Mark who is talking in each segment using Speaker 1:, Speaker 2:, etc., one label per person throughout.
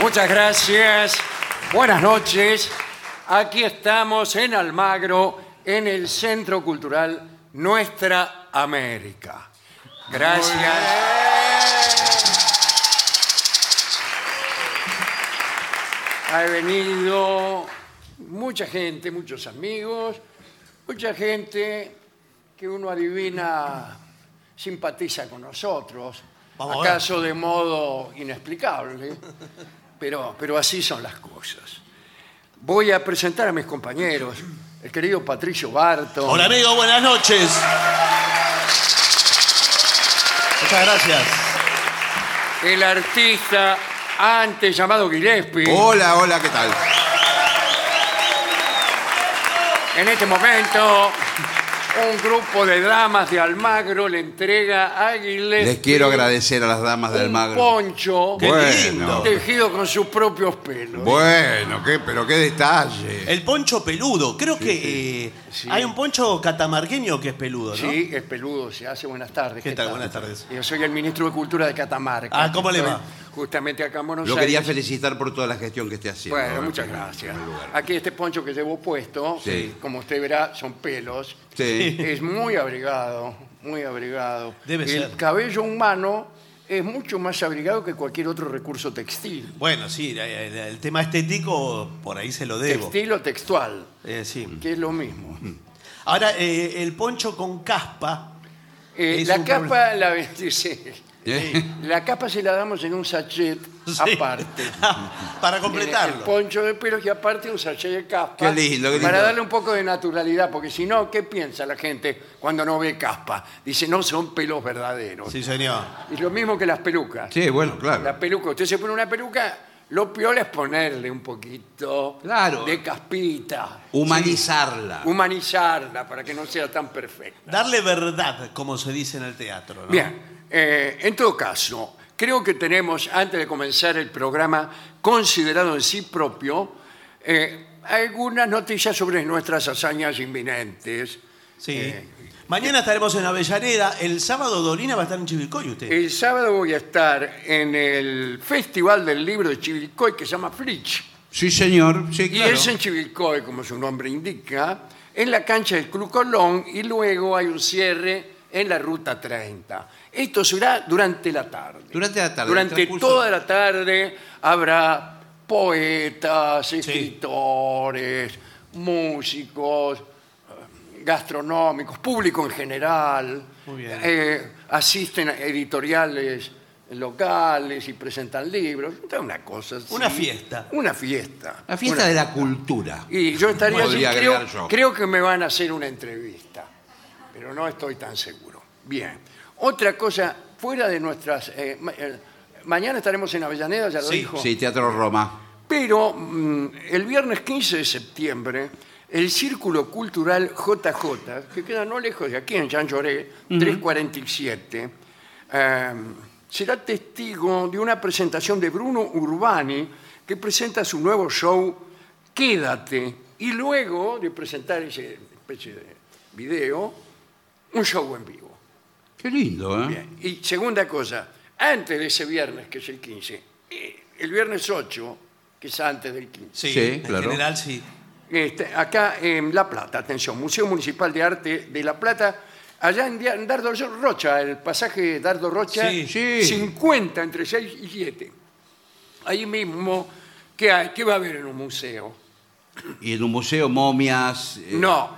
Speaker 1: Muchas gracias. Buenas noches. Aquí estamos en Almagro, en el Centro Cultural Nuestra América. Gracias. Ha venido mucha gente, muchos amigos, mucha gente que uno adivina simpatiza con nosotros,
Speaker 2: Vamos a ver.
Speaker 1: acaso de modo inexplicable, pero, pero así son las cosas. Voy a presentar a mis compañeros, el querido Patricio Barto,
Speaker 2: Hola amigo, buenas noches. Muchas gracias.
Speaker 1: el artista antes llamado Gillespie.
Speaker 3: Hola, hola, ¿qué tal?
Speaker 1: En este momento, un grupo de damas de Almagro le entrega a Gillespie
Speaker 3: Les quiero agradecer a las damas del
Speaker 1: un
Speaker 3: Magro.
Speaker 1: poncho
Speaker 2: Qué
Speaker 3: Bueno,
Speaker 2: lindo.
Speaker 1: tejido con sus propios pelos.
Speaker 3: bueno, qué, pero qué detalle.
Speaker 2: El poncho peludo. Creo que eh,
Speaker 1: Sí.
Speaker 2: hay un poncho catamarqueño que es peludo, ¿no?
Speaker 1: Sí, es peludo, se hace. Buenas tardes.
Speaker 2: ¿Qué tal? Buenas tardes.
Speaker 1: Yo soy el ministro de Cultura de Catamarca.
Speaker 2: Ah, ¿cómo le va?
Speaker 1: Estoy Justamente acá en Buenos
Speaker 3: Lo
Speaker 1: Aires.
Speaker 3: quería felicitar por toda la gestión que esté haciendo.
Speaker 1: Bueno,
Speaker 3: Eh,
Speaker 1: muchas
Speaker 3: en
Speaker 1: gracias.
Speaker 3: primer lugar.
Speaker 1: Aquí este poncho que llevo puesto,
Speaker 3: Sí.
Speaker 1: como usted verá, son pelos.
Speaker 3: Sí.
Speaker 1: Es muy abrigado, muy abrigado.
Speaker 2: Debe
Speaker 1: el
Speaker 2: ser.
Speaker 1: cabello humano es mucho más abrigado que cualquier otro recurso textil.
Speaker 2: Bueno, sí, eh, el, el tema estético por ahí se lo debo.
Speaker 1: Textil o textual,
Speaker 2: Eh, sí.
Speaker 1: que es lo mismo.
Speaker 2: Ahora, eh, el poncho con caspa.
Speaker 1: Eh,
Speaker 2: Es
Speaker 1: la
Speaker 2: un
Speaker 1: capa la sí.
Speaker 3: ¿Eh?
Speaker 1: La capa se la damos en un sachet
Speaker 2: sí,
Speaker 1: aparte. Eh,
Speaker 2: Para
Speaker 1: El
Speaker 2: completarlo.
Speaker 1: poncho de pelo y aparte un sachet de caspa.
Speaker 3: Qué lindo, qué lindo.
Speaker 1: Para darle un poco de naturalidad, porque si no, ¿qué piensa la gente cuando no ve caspa? Dice, no son pelos verdaderos.
Speaker 2: Sí, señor.
Speaker 1: Y lo mismo que las pelucas.
Speaker 3: Sí, bueno, claro.
Speaker 1: La peluca, usted se pone una peluca, lo peor es ponerle un poquito
Speaker 3: Claro.
Speaker 1: de caspita,
Speaker 3: Humanizarla.
Speaker 1: humanizarla para que no sea tan perfecta.
Speaker 2: Darle verdad, como se dice en el teatro, ¿no?
Speaker 1: Bien, eh, en todo caso, creo que tenemos, antes de comenzar el programa considerado en sí propio, eh, algunas noticias sobre nuestras hazañas inminentes.
Speaker 2: Sí.
Speaker 1: Eh,
Speaker 2: Mañana estaremos en Avellaneda. El sábado Dolina va a estar en Chivilcoy usted.
Speaker 1: El sábado voy a estar en el Festival del Libro de Chivilcoy que se llama Flitch.
Speaker 3: Sí, señor. Sí,
Speaker 1: Y
Speaker 3: claro.
Speaker 1: es en Chivilcoy, como su nombre indica, en la cancha del Club Colón y luego hay un cierre en la Ruta 30. Esto será durante la tarde.
Speaker 3: Durante la tarde,
Speaker 1: Durante
Speaker 3: el transcurso-
Speaker 1: toda la tarde habrá poetas, escritores, músicos, eh, gastronómicos, público en general.
Speaker 2: Muy bien.
Speaker 1: Eh, asisten a editoriales locales y presentan libros. Una cosa así.
Speaker 2: Una fiesta.
Speaker 1: Una fiesta.
Speaker 3: La fiesta
Speaker 1: Una-
Speaker 3: de la cultura.
Speaker 1: y yo estaría allí,
Speaker 3: Podría
Speaker 1: creo,
Speaker 3: agregar yo.
Speaker 1: creo que me van a hacer una entrevista, pero no estoy tan seguro. Bien, otra cosa, fuera de nuestras... eh, ma- eh, mañana estaremos en Avellaneda, ya lo
Speaker 2: Sí,
Speaker 1: dijo.
Speaker 3: Sí, Teatro Roma.
Speaker 1: Pero mm, el viernes 15 de septiembre, el Círculo Cultural JJ, que queda no lejos de aquí, en Jean Lloré, 347, eh, será testigo de una presentación de Bruno Urbani, que presenta su nuevo show Quédate. Y luego de presentar ese especie de video, un show en vivo.
Speaker 3: Qué lindo, ¿eh?
Speaker 1: Bien, Y segunda cosa, antes de ese viernes, que es el 15, eh, el viernes 8, que es antes del 15,
Speaker 2: Sí,
Speaker 3: Sí,
Speaker 2: en
Speaker 3: claro.
Speaker 2: general sí.
Speaker 1: este, acá en La Plata, atención, Museo Municipal de Arte de La Plata, allá en, Dia- en Dardo Rocha, el pasaje Dardo Rocha,
Speaker 2: Sí,
Speaker 3: sí.
Speaker 1: 50 entre 6 y 7. Ahí mismo, ¿qué, hay? ¿qué va a haber en un museo?
Speaker 3: Y en un museo, momias. eh,
Speaker 1: No,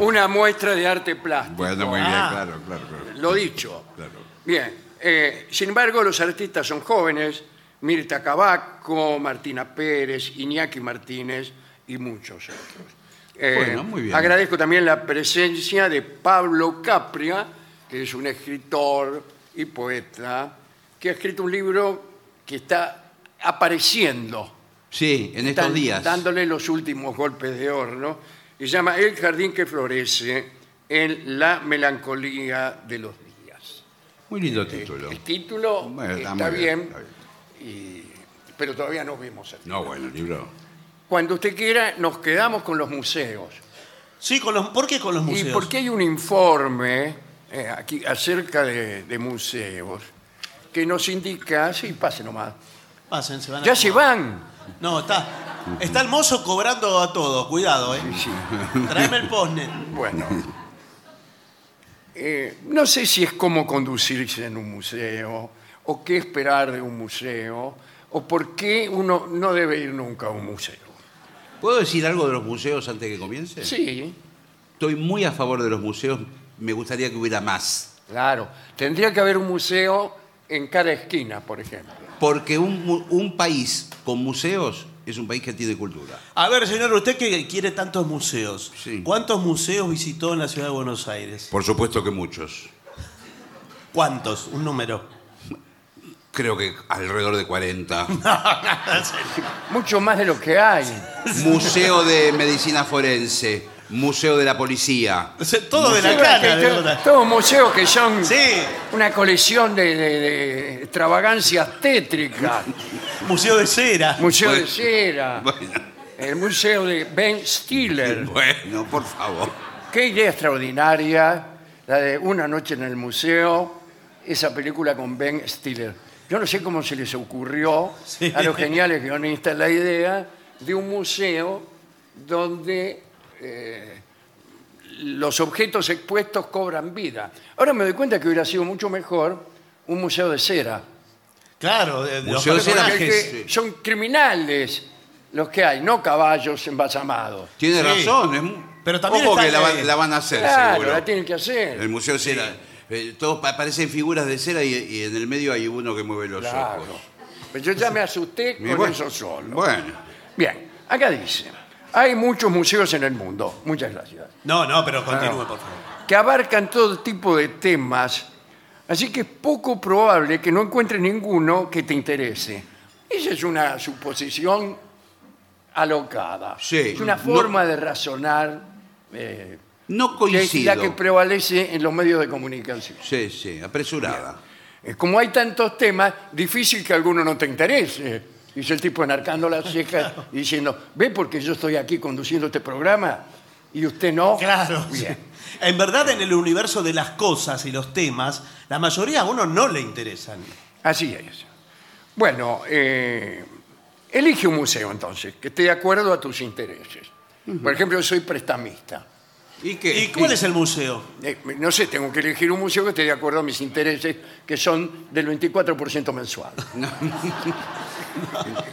Speaker 1: una muestra de arte plástico.
Speaker 3: Bueno, muy bien,
Speaker 2: Ah.
Speaker 3: claro, claro, claro.
Speaker 1: lo dicho.
Speaker 3: Claro.
Speaker 1: Bien, eh, sin embargo, los artistas son jóvenes, Mirta Cabaco, Martina Pérez, Iñaki Martínez y muchos otros. Eh,
Speaker 4: Bueno, muy bien.
Speaker 1: Agradezco también la presencia de Pablo Capria, que es un escritor y poeta, que ha escrito un libro que está apareciendo
Speaker 4: Sí, en
Speaker 1: están
Speaker 4: estos días.
Speaker 1: Dándole los últimos golpes de horno. Y llama El jardín que florece en la melancolía de los días.
Speaker 4: Muy lindo título.
Speaker 1: El título
Speaker 4: Bueno,
Speaker 1: está,
Speaker 4: muy
Speaker 1: bien,
Speaker 4: está bien.
Speaker 1: y- pero todavía no vimos el-
Speaker 4: No, bueno, el libro.
Speaker 1: Cuando usted quiera, nos quedamos con los museos.
Speaker 2: Sí, con los, ¿por qué con los museos?
Speaker 1: Y porque hay un informe eh, aquí acerca de, de museos que nos indica, sí, pase nomás,
Speaker 2: Pasen, se van a
Speaker 1: ya se
Speaker 2: acomodar.
Speaker 1: van.
Speaker 2: No, está, está el mozo cobrando a todos. Cuidado, ¿eh?
Speaker 1: Sí.
Speaker 2: Traeme el posnet.
Speaker 1: Bueno. Eh, no sé si es cómo conducirse en un museo, o qué esperar de un museo, o por qué uno no debe ir nunca a un museo.
Speaker 4: ¿Puedo decir algo de los museos antes que comience?
Speaker 1: Sí,
Speaker 4: Estoy muy a favor de los museos. Me gustaría que hubiera más.
Speaker 1: claro. Tendría que haber un museo en cada esquina, por ejemplo.
Speaker 4: Porque un, mu- un país con museos es un país que tiene cultura.
Speaker 2: A ver, señor, usted que quiere tantos museos.
Speaker 4: Sí.
Speaker 2: ¿Cuántos museos visitó en la ciudad de Buenos Aires?
Speaker 4: Por supuesto que muchos.
Speaker 2: ¿Cuántos? Un número.
Speaker 4: Creo que alrededor de 40.
Speaker 1: Mucho más de lo que hay.
Speaker 4: Museo de Medicina Forense, Museo de la Policía.
Speaker 2: O sea, Todo de la
Speaker 1: Sí, que
Speaker 2: cara.
Speaker 1: to-
Speaker 2: de verdad.
Speaker 1: Todos museos que son
Speaker 2: Sí,
Speaker 1: una colección de, de- de extravagancias tétricas.
Speaker 2: museo de cera.
Speaker 1: Museo de
Speaker 4: Bueno.
Speaker 1: cera.
Speaker 4: Bueno,
Speaker 1: El museo de Ben Stiller.
Speaker 4: bueno, por favor.
Speaker 1: Qué idea extraordinaria, la de Una noche en el museo, esa película con Ben Stiller. Yo no sé cómo se les ocurrió
Speaker 2: Sí.
Speaker 1: a los geniales guionistas la idea de un museo donde eh, los objetos expuestos cobran vida. Ahora me doy cuenta que hubiera sido mucho mejor un museo de cera.
Speaker 2: Claro, de, de los
Speaker 4: Museo de cera.
Speaker 1: Porque hay
Speaker 2: personajes.
Speaker 1: que- son criminales los que hay, no caballos embasamados.
Speaker 4: Tiene
Speaker 2: Sí.
Speaker 4: razón. es mu-
Speaker 2: Pero también
Speaker 4: Ojo
Speaker 2: está
Speaker 4: que la, va-
Speaker 2: ahí.
Speaker 4: la van a hacer,
Speaker 1: Claro,
Speaker 4: seguro.
Speaker 1: la tienen que hacer.
Speaker 4: El Museo de Cera. eh, todos pa- parecen figuras de cera y, y en el medio hay uno que mueve los
Speaker 1: Claro.
Speaker 4: ojos.
Speaker 1: Pero yo ya me asusté
Speaker 4: Y
Speaker 1: con
Speaker 4: bueno,
Speaker 1: eso solo.
Speaker 4: Bueno,
Speaker 1: Bien, acá dice, hay muchos museos en el mundo, muchas gracias,
Speaker 2: No, no, pero continúe, por favor.
Speaker 1: que abarcan todo tipo de temas, así que es poco probable que no encuentres ninguno que te interese. Esa es una suposición alocada.
Speaker 4: Sí,
Speaker 1: es una
Speaker 4: no-
Speaker 1: forma de razonar eh,
Speaker 4: no
Speaker 1: que es
Speaker 4: coincido.
Speaker 1: la que prevalece en los medios de comunicación.
Speaker 4: Sí, sí, apresurada.
Speaker 1: Eh, Como hay tantos temas, difícil que alguno no te interese. Dice el tipo enarcando las cejas y diciendo, ¿ve porque yo estoy aquí conduciendo este programa y usted no?
Speaker 2: Claro.
Speaker 1: Bien.
Speaker 2: En verdad, en el universo de las cosas y los temas, la mayoría a uno no le interesan.
Speaker 1: Así es. Bueno, eh, elige un museo entonces, que esté de acuerdo a tus intereses. Por ejemplo, yo soy prestamista.
Speaker 4: ¿Y qué?
Speaker 2: ¿Y cuál es el museo?
Speaker 1: Eh, no sé, tengo que elegir un museo que esté de acuerdo a mis intereses, que son del 24% mensual.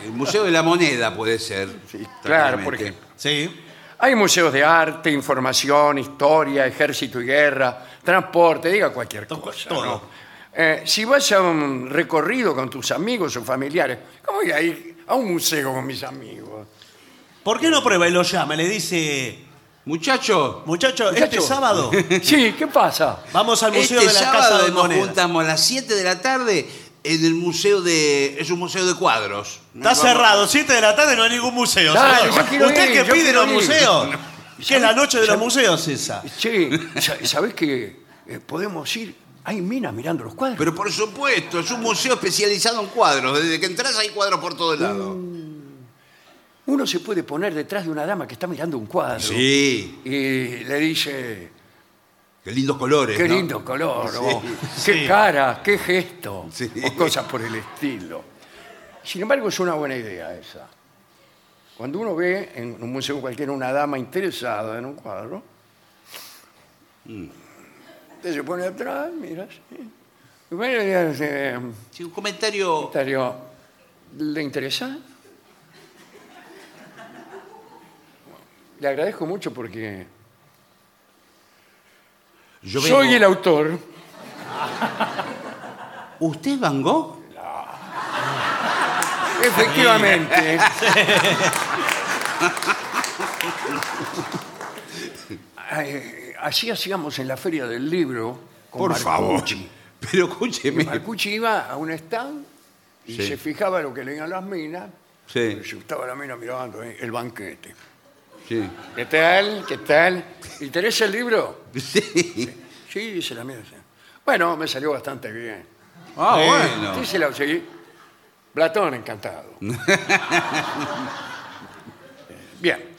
Speaker 4: El Museo de la Moneda puede ser.
Speaker 1: claro,
Speaker 4: tranquilamente.
Speaker 1: por ejemplo.
Speaker 2: Sí.
Speaker 1: Hay museos de arte, información, historia, ejército y guerra, transporte, diga cualquier
Speaker 2: To-
Speaker 1: cosa.
Speaker 2: todo.
Speaker 1: ¿no? Eh, si vas a un recorrido con tus amigos o familiares, ¿cómo voy a ir a un museo con mis amigos?
Speaker 2: ¿Por qué no prueba y lo llama? Le dice,
Speaker 4: Muchachos,
Speaker 2: muchacho, este
Speaker 1: Muchacho.
Speaker 2: sábado
Speaker 1: Sí, ¿qué pasa?
Speaker 2: vamos al Museo
Speaker 4: este
Speaker 2: de la
Speaker 4: sábado
Speaker 2: Casa de
Speaker 4: nos
Speaker 2: Moneda.
Speaker 4: juntamos a las 7 de la tarde en el Museo de... Es un museo de cuadros.
Speaker 2: Está
Speaker 4: Vamos-
Speaker 2: cerrado, 7 de la tarde no hay ningún museo.
Speaker 1: Dale,
Speaker 2: señor.
Speaker 1: yo quiero
Speaker 2: Usted
Speaker 1: ir,
Speaker 2: que
Speaker 1: yo
Speaker 2: pide
Speaker 1: quiero
Speaker 2: los
Speaker 1: ir.
Speaker 2: museos. ¿Qué es la noche de los museos esa?
Speaker 1: Che, sa- ¿sabés que eh, podemos ir? Hay minas mirando los cuadros.
Speaker 4: Pero por supuesto, es un museo especializado en cuadros. Desde que entras hay cuadros por todo el lado.
Speaker 2: Uh.
Speaker 1: Uno se puede poner detrás de una dama que está mirando un cuadro
Speaker 4: Sí,
Speaker 1: y le dice,
Speaker 4: qué lindos colores.
Speaker 1: Qué
Speaker 4: ¿no?
Speaker 1: lindo color, o
Speaker 2: Sí.
Speaker 1: qué cara, qué gesto,
Speaker 4: Sí.
Speaker 1: o cosas por el estilo. Sin embargo, es una buena idea esa. Cuando uno ve en un museo cualquiera una dama interesada en un cuadro, usted se pone atrás, mira, sí. Y bueno, le dice,
Speaker 4: Sí, un comentario.
Speaker 1: secretario, ¿le interesa? Le agradezco mucho porque
Speaker 4: Yo vengo-
Speaker 1: soy el autor.
Speaker 4: ¿Usted es Van Gogh?
Speaker 1: Efectivamente. Eh, Así hacíamos en la feria del libro. Con
Speaker 3: Por favor.
Speaker 1: Marcucci.
Speaker 3: Pero escúcheme.
Speaker 1: Marcucci iba a un stand y
Speaker 3: Sí.
Speaker 1: se fijaba lo que leían las minas.
Speaker 3: Sí,
Speaker 1: Y se estaba la mina mirando eh, el banquete.
Speaker 3: sí.
Speaker 1: ¿Qué tal? ¿Qué tal? ¿Interesa el libro?
Speaker 3: Sí.
Speaker 1: Sí, dice la mina. Bueno, me salió bastante bien.
Speaker 3: Ah,
Speaker 1: Sí,
Speaker 3: bueno.
Speaker 1: se la conseguí. Platón, encantado. Bien.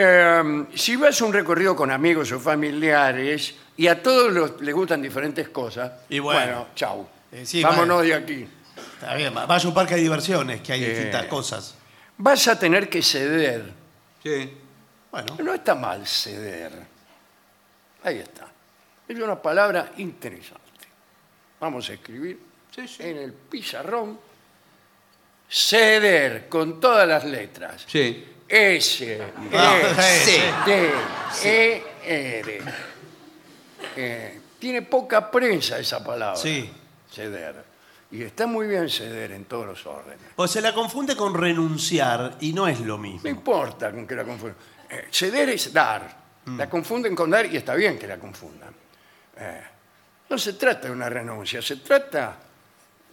Speaker 1: Eh, si vas a un recorrido con amigos o familiares y a todos los- les gustan diferentes cosas,
Speaker 2: Y bueno.
Speaker 1: chau.
Speaker 2: Eh, sí,
Speaker 1: Vámonos
Speaker 2: vale.
Speaker 1: de aquí.
Speaker 2: Está bien, va- vaya a un parque de diversiones que hay
Speaker 1: Eh.
Speaker 2: distintas cosas.
Speaker 1: Vas a tener que ceder.
Speaker 3: Sí.
Speaker 2: Bueno,
Speaker 1: No está mal ceder. Ahí está. Es una palabra interesante. Vamos a escribir
Speaker 3: Sí, sí.
Speaker 1: en el pizarrón ceder con todas las letras.
Speaker 3: Sí.
Speaker 1: S,
Speaker 4: Eh,
Speaker 2: Ah,
Speaker 1: E,
Speaker 2: sí.
Speaker 1: D, E, R. Eh, tiene poca prensa esa palabra.
Speaker 2: Sí.
Speaker 1: Ceder. Y está muy bien ceder en todos los órdenes.
Speaker 2: pues se la confunde con renunciar y no es lo
Speaker 1: No
Speaker 2: mismo.
Speaker 1: importa con que la confundan. Eh, ceder es dar. La confunden con dar y está bien que la confundan. Eh, no se trata de una renuncia, se trata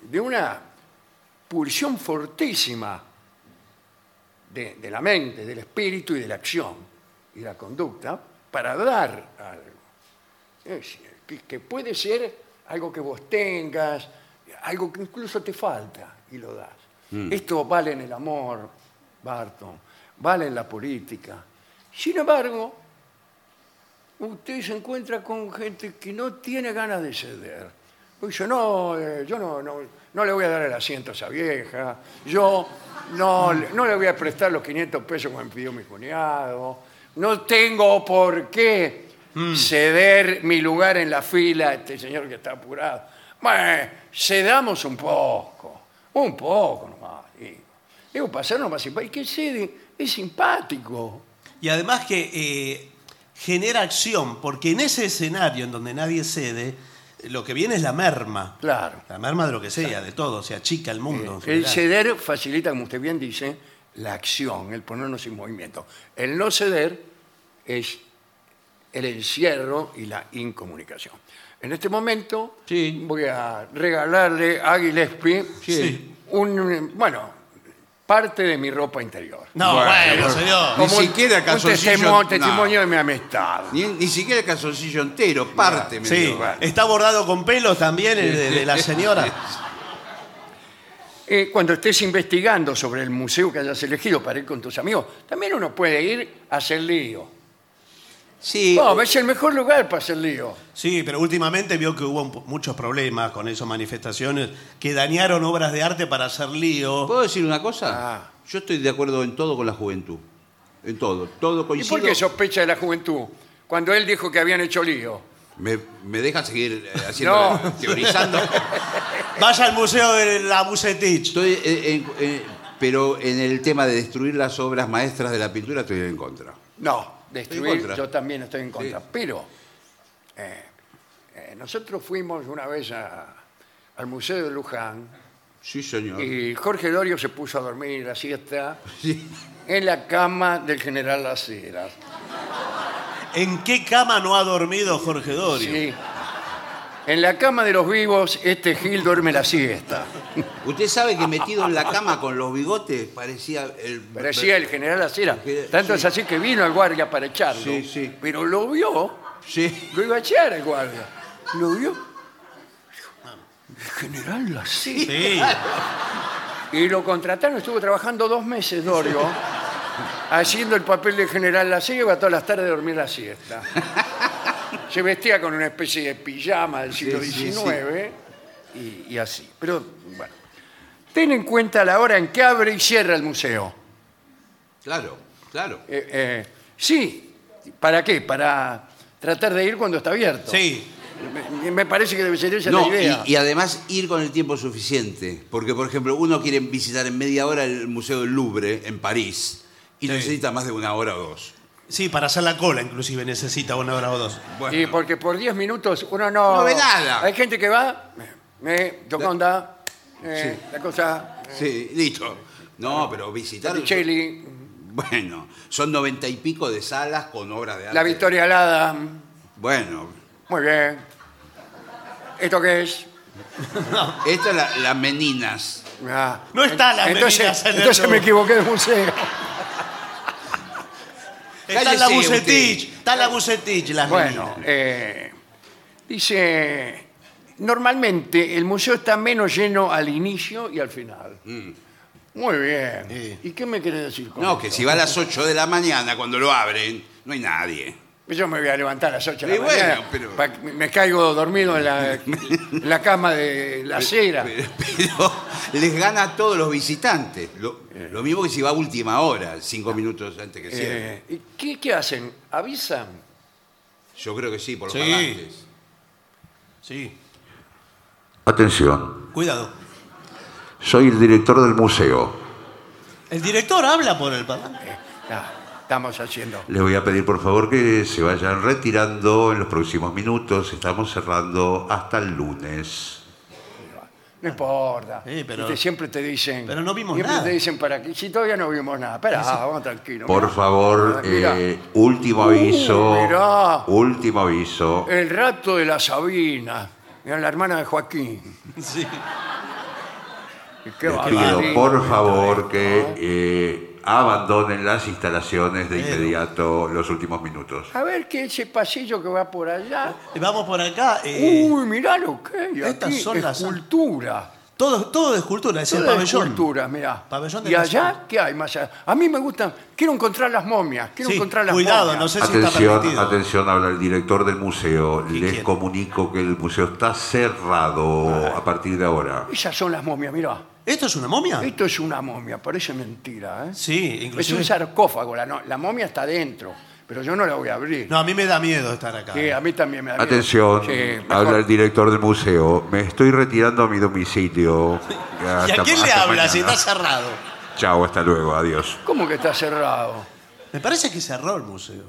Speaker 1: de una pulsión fortísima de, de la mente, del espíritu y de la acción y la conducta para dar algo. Es- que, que puede ser algo que vos tengas, algo que incluso te falta y lo das. Esto vale en el amor, Barton, vale en la política. Sin embargo, usted se encuentra con gente que no tiene ganas de ceder. Pues Dice, no, eh, yo no, no, no le voy a dar el asiento a esa vieja, yo no, le- no le voy a prestar los 500 pesos que me pidió mi cuñado, no tengo por qué ceder mi lugar en la fila a este señor que está apurado. Bueno, cedamos un poco, un poco nomás. digo. Digo, pasarnos más simpático. ¿Y que cede? Es simpático.
Speaker 2: Y además que eh, genera acción, porque en ese escenario en donde nadie cede, lo que viene es la merma.
Speaker 1: Claro. Eh,
Speaker 2: La merma de lo que sea, de todo, se achica el mundo. en
Speaker 1: El
Speaker 2: general.
Speaker 1: ceder facilita, como usted bien dice, la acción, el ponernos en movimiento. El no ceder es el encierro y la incomunicación. En este momento
Speaker 3: Sí.
Speaker 1: voy a regalarle a Gillespie
Speaker 3: Sí.
Speaker 1: un, eh, bueno, parte de mi ropa interior.
Speaker 2: No,
Speaker 3: Bueno,
Speaker 2: bueno,
Speaker 3: bueno.
Speaker 2: señor.
Speaker 3: Ni
Speaker 1: Como un-
Speaker 3: siquiera
Speaker 1: un
Speaker 3: calzoncillo,
Speaker 1: testimo-
Speaker 3: no.
Speaker 1: testimonio de mi amistad.
Speaker 3: Ni, ni siquiera el calzoncillo entero, parte. me
Speaker 2: Sí,
Speaker 3: dio. Eh, Bueno.
Speaker 2: está bordado con pelos también el de, de la señora.
Speaker 1: Eh, cuando estés investigando sobre el museo que hayas elegido para ir con tus amigos, también uno puede ir a hacer lío.
Speaker 3: Sí,
Speaker 1: No, es el mejor lugar para hacer lío.
Speaker 2: Sí, pero últimamente vio que hubo un po- muchos problemas con esas manifestaciones que dañaron obras de arte para hacer lío.
Speaker 3: ¿Puedo decir una cosa?
Speaker 1: Ah.
Speaker 3: Yo estoy de acuerdo en todo con la juventud. En todo. Todo
Speaker 1: ¿Y
Speaker 3: coincido.
Speaker 1: por qué sospecha de la juventud? Cuando él dijo que habían hecho lío.
Speaker 3: me, me deja seguir eh, haciendo,
Speaker 1: No.
Speaker 3: teorizando.
Speaker 2: Vaya al museo de la Bucetich.
Speaker 3: Estoy, eh, en- eh, pero en el tema de destruir las obras maestras de la pintura estoy en contra.
Speaker 1: No,
Speaker 3: Estoy en
Speaker 1: destruir,
Speaker 3: contra.
Speaker 1: yo también estoy en contra.
Speaker 3: Sí.
Speaker 1: Pero eh, eh, nosotros fuimos una vez a- al Museo de Luján
Speaker 3: Sí, señor.
Speaker 1: y Jorge Dorio se puso a dormir la siesta
Speaker 3: Sí.
Speaker 1: en la cama del general Las Heras.
Speaker 2: ¿En qué cama no ha dormido Jorge Dorio?
Speaker 1: Sí. En la cama de los vivos, este Gil duerme la siesta.
Speaker 3: Usted sabe que metido en la cama con los bigotes parecía el.
Speaker 1: Parecía el general Las Heras.
Speaker 3: Sí.
Speaker 1: Tanto es así que vino el guardia para echarlo.
Speaker 3: Sí, sí.
Speaker 1: Pero lo vio
Speaker 3: Sí.
Speaker 1: Lo iba a echar al guardia. Lo vio. El general la sí.
Speaker 2: Sí.
Speaker 1: Y lo contrataron, estuvo trabajando dos meses, Dorio, haciendo el papel de general la iba todas las tardes a dormir la siesta. Se vestía con una especie de pijama del siglo
Speaker 3: Sí, sí,
Speaker 1: XIX Y, y así. Pero, bueno. Ten en cuenta la hora en que abre y cierra el museo.
Speaker 3: Claro, claro.
Speaker 1: Eh, eh, sí, ¿para qué? Para tratar de ir cuando está abierto.
Speaker 2: Sí.
Speaker 1: Me, me parece que debe ser esa
Speaker 3: No,
Speaker 1: la idea.
Speaker 3: y, y además ir con el tiempo suficiente. Porque, por ejemplo, uno quiere visitar en media hora el Museo del Louvre en París y
Speaker 2: Sí.
Speaker 3: necesita más de una hora o dos.
Speaker 2: Sí, para hacer la cola inclusive necesita una hora o dos.
Speaker 3: Bueno,
Speaker 1: Sí, porque por 10 minutos uno no...
Speaker 3: No ve nada.
Speaker 1: Hay gente que va, me, me, Yoconda, eh, la cosa...
Speaker 3: sí, listo. No, pero visitar.
Speaker 1: Botticelli,
Speaker 3: Bueno, son noventa y pico de salas con obras de arte.
Speaker 1: la Victoria Alada.
Speaker 3: Bueno,
Speaker 1: Muy bien. ¿Esto qué es?
Speaker 3: esta es la, la Meninas.
Speaker 1: Ah.
Speaker 2: No está la
Speaker 1: Entonces,
Speaker 2: Meninas en el
Speaker 1: entonces me
Speaker 2: Louvre.
Speaker 1: equivoqué de museo.
Speaker 2: Está en la
Speaker 3: Cállese
Speaker 2: Bucetich,
Speaker 3: usted.
Speaker 2: está en la Bucetich, las
Speaker 1: Bueno,
Speaker 2: meninas.
Speaker 1: eh, dice, normalmente el museo está menos lleno al inicio y al final. Muy bien.
Speaker 2: Sí.
Speaker 1: ¿Y qué me quiere decir con
Speaker 3: Mm. No,
Speaker 1: esto?
Speaker 3: que si va a las 8 de la mañana, cuando lo abren, no hay nadie.
Speaker 1: Yo me voy a levantar a las 8 de la
Speaker 3: Y bueno,
Speaker 1: mañana,
Speaker 3: pero-
Speaker 1: pa- me caigo dormido en la, en la cama de la acera.
Speaker 3: Pero, pero les gana a todos los visitantes. Lo, lo mismo que si va a última hora, cinco minutos antes que cierre.
Speaker 1: Eh. Eh, ¿y ¿qué, qué hacen? ¿Avisan?
Speaker 3: Yo creo que sí, por los
Speaker 2: Sí.
Speaker 3: parlantes.
Speaker 2: Sí,
Speaker 4: Atención,
Speaker 2: cuidado.
Speaker 4: soy el director del museo.
Speaker 2: El director habla por el parlante.
Speaker 1: Eh, nah, estamos haciendo.
Speaker 4: Les voy a pedir por favor que se vayan retirando en los próximos minutos. Estamos cerrando hasta el lunes.
Speaker 1: No importa.
Speaker 2: Sí, pero-
Speaker 1: Viste, siempre te dicen.
Speaker 2: Pero no vimos
Speaker 1: siempre
Speaker 2: nada.
Speaker 1: te dicen para qué. Si todavía no vimos nada. Espera, vamos tranquilo.
Speaker 4: Por favor,
Speaker 1: Ah, Mirá, Uh,
Speaker 4: eh, último aviso.
Speaker 1: mirá. Eh,
Speaker 4: Último aviso.
Speaker 1: El rato de la Sabina. Era la hermana de Joaquín.
Speaker 2: Sí.
Speaker 1: Qué
Speaker 4: Pido
Speaker 1: barbaridad.
Speaker 4: por favor que eh, abandonen las instalaciones de
Speaker 2: Pero-
Speaker 4: inmediato los últimos minutos.
Speaker 1: A ver que ese pasillo que va por allá.
Speaker 2: Y Vamos por acá. eh,
Speaker 1: Uy, mirá lo que hay.
Speaker 2: Estas
Speaker 1: aquí,
Speaker 2: son las-
Speaker 1: escultura.
Speaker 2: todo, todo de escultura, es el
Speaker 1: Toda
Speaker 2: pabellón.
Speaker 1: escultura, mirá.
Speaker 2: Pabellón de
Speaker 1: ¿Y
Speaker 2: la
Speaker 1: allá
Speaker 2: Sabina.
Speaker 1: qué hay más allá? A mí me gustan. Quiero encontrar las momias. Quiero
Speaker 2: Sí,
Speaker 1: encontrar las
Speaker 2: cuidado,
Speaker 1: momias.
Speaker 2: no sé si está
Speaker 4: Atención,
Speaker 2: permitido.
Speaker 4: atención, habla el director del museo. Les
Speaker 2: quién?
Speaker 4: comunico que el museo está cerrado a partir de ahora.
Speaker 1: Esas son las momias, mirá.
Speaker 2: ¿Esto es una momia?
Speaker 1: Esto es una momia, parece mentira, ¿eh?
Speaker 2: Sí,
Speaker 1: es
Speaker 2: inclusive.
Speaker 1: un sarcófago, la, no- la momia está dentro, pero yo no la voy a abrir.
Speaker 2: No, a mí me da miedo estar acá.
Speaker 1: Sí, a mí también me da miedo.
Speaker 4: Atención,
Speaker 1: Sí, mejor.
Speaker 4: habla el director del museo. Me estoy retirando a mi domicilio. Ah,
Speaker 2: ¿Y a quién le habla si está cerrado?
Speaker 4: Chao, hasta luego, adiós.
Speaker 1: ¿Cómo que está cerrado?
Speaker 2: Me parece que cerró el museo.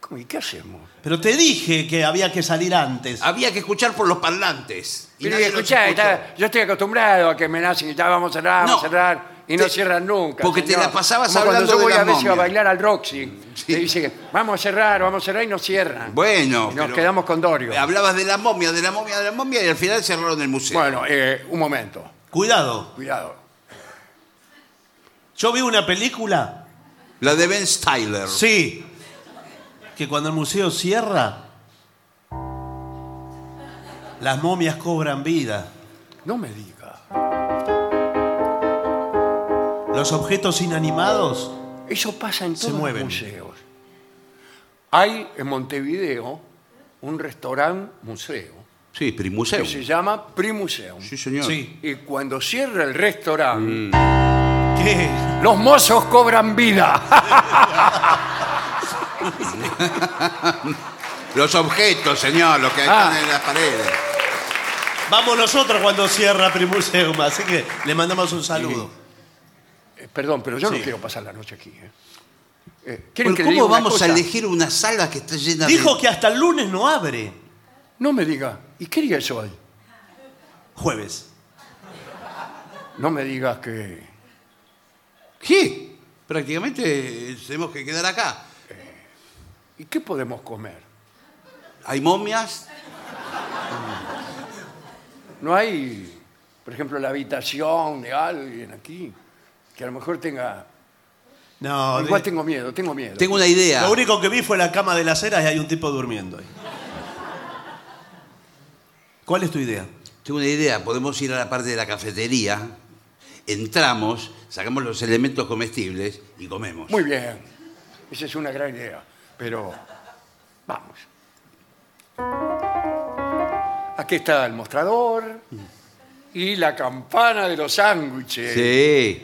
Speaker 1: ¿Cómo- ¿Y qué hacemos?
Speaker 2: Pero te dije que había que salir antes.
Speaker 3: Había que escuchar por los parlantes. Y
Speaker 1: Pero,
Speaker 3: nadie los
Speaker 1: escuchá,
Speaker 3: escuchó.
Speaker 1: está- yo estoy acostumbrado a que me nacen y ya vamos a cerrar, vamos a
Speaker 3: No,
Speaker 1: cerrar, y no
Speaker 3: te-
Speaker 1: cierran nunca.
Speaker 3: porque te
Speaker 1: señor.
Speaker 3: la pasabas
Speaker 1: Como
Speaker 3: hablando
Speaker 1: cuando yo
Speaker 3: de
Speaker 1: voy
Speaker 3: la
Speaker 1: a veces a
Speaker 3: momia.
Speaker 1: bailar al Roxy,
Speaker 3: Sí.
Speaker 1: le dice, vamos a cerrar, vamos a cerrar, y no cierran.
Speaker 3: Bueno,
Speaker 1: Y nos
Speaker 3: pero-
Speaker 1: quedamos con Dorio.
Speaker 3: Hablabas de la momia, de la momia, de la momia y al final cerraron el museo.
Speaker 1: Bueno, eh, un momento,
Speaker 2: Cuidado.
Speaker 1: cuidado.
Speaker 2: Yo vi una película,
Speaker 3: La de Ben Styler.
Speaker 2: sí, que cuando el museo cierra, las momias cobran vida.
Speaker 1: No me diga.
Speaker 2: Los objetos inanimados,
Speaker 1: Eso pasa en
Speaker 2: Se
Speaker 1: todos los
Speaker 2: mueven.
Speaker 1: museos. Hay en Montevideo un restaurante museo
Speaker 3: Sí, Primuseo.
Speaker 1: que se llama Primuseum.
Speaker 3: Sí, Mm. señor.
Speaker 2: sí.
Speaker 1: Y cuando cierra el restaurante,
Speaker 2: ¿Qué?
Speaker 1: los mozos cobran vida.
Speaker 3: Los objetos, señor, los que
Speaker 1: Ah.
Speaker 3: están en las paredes.
Speaker 2: Vamos nosotros cuando cierra Primuseum, así que le mandamos un saludo.
Speaker 1: Eh, Perdón, pero yo no
Speaker 2: Sí.
Speaker 1: quiero pasar la noche aquí. ¿eh? Eh, ¿quieren
Speaker 3: Pero
Speaker 1: que le diga
Speaker 3: ¿Cómo
Speaker 1: una
Speaker 3: vamos
Speaker 1: cosa?
Speaker 3: a elegir una sala que está llena
Speaker 2: Dijo
Speaker 3: de...
Speaker 2: que hasta el lunes no abre.
Speaker 1: No me diga, ¿y qué día es hoy?
Speaker 2: Jueves.
Speaker 1: No me digas que...
Speaker 3: ¿Qué? Prácticamente eh, tenemos que quedar acá.
Speaker 1: ¿Y qué podemos comer?
Speaker 3: Hay momias,
Speaker 1: No hay, por ejemplo, la habitación de alguien aquí que a lo mejor tenga
Speaker 2: No,
Speaker 1: Igual
Speaker 2: de-
Speaker 1: tengo miedo, tengo miedo.
Speaker 3: tengo una idea.
Speaker 2: lo único que vi fue la cama de las heras y hay un tipo durmiendo ahí. ¿Cuál es tu idea?
Speaker 3: Tengo una idea, podemos ir a la parte de la cafetería, entramos, sacamos los elementos comestibles y comemos.
Speaker 1: Muy bien, esa es una gran idea, pero vamos. Aquí está el mostrador
Speaker 3: Mm.
Speaker 1: y la campana de los sándwiches.
Speaker 3: Sí.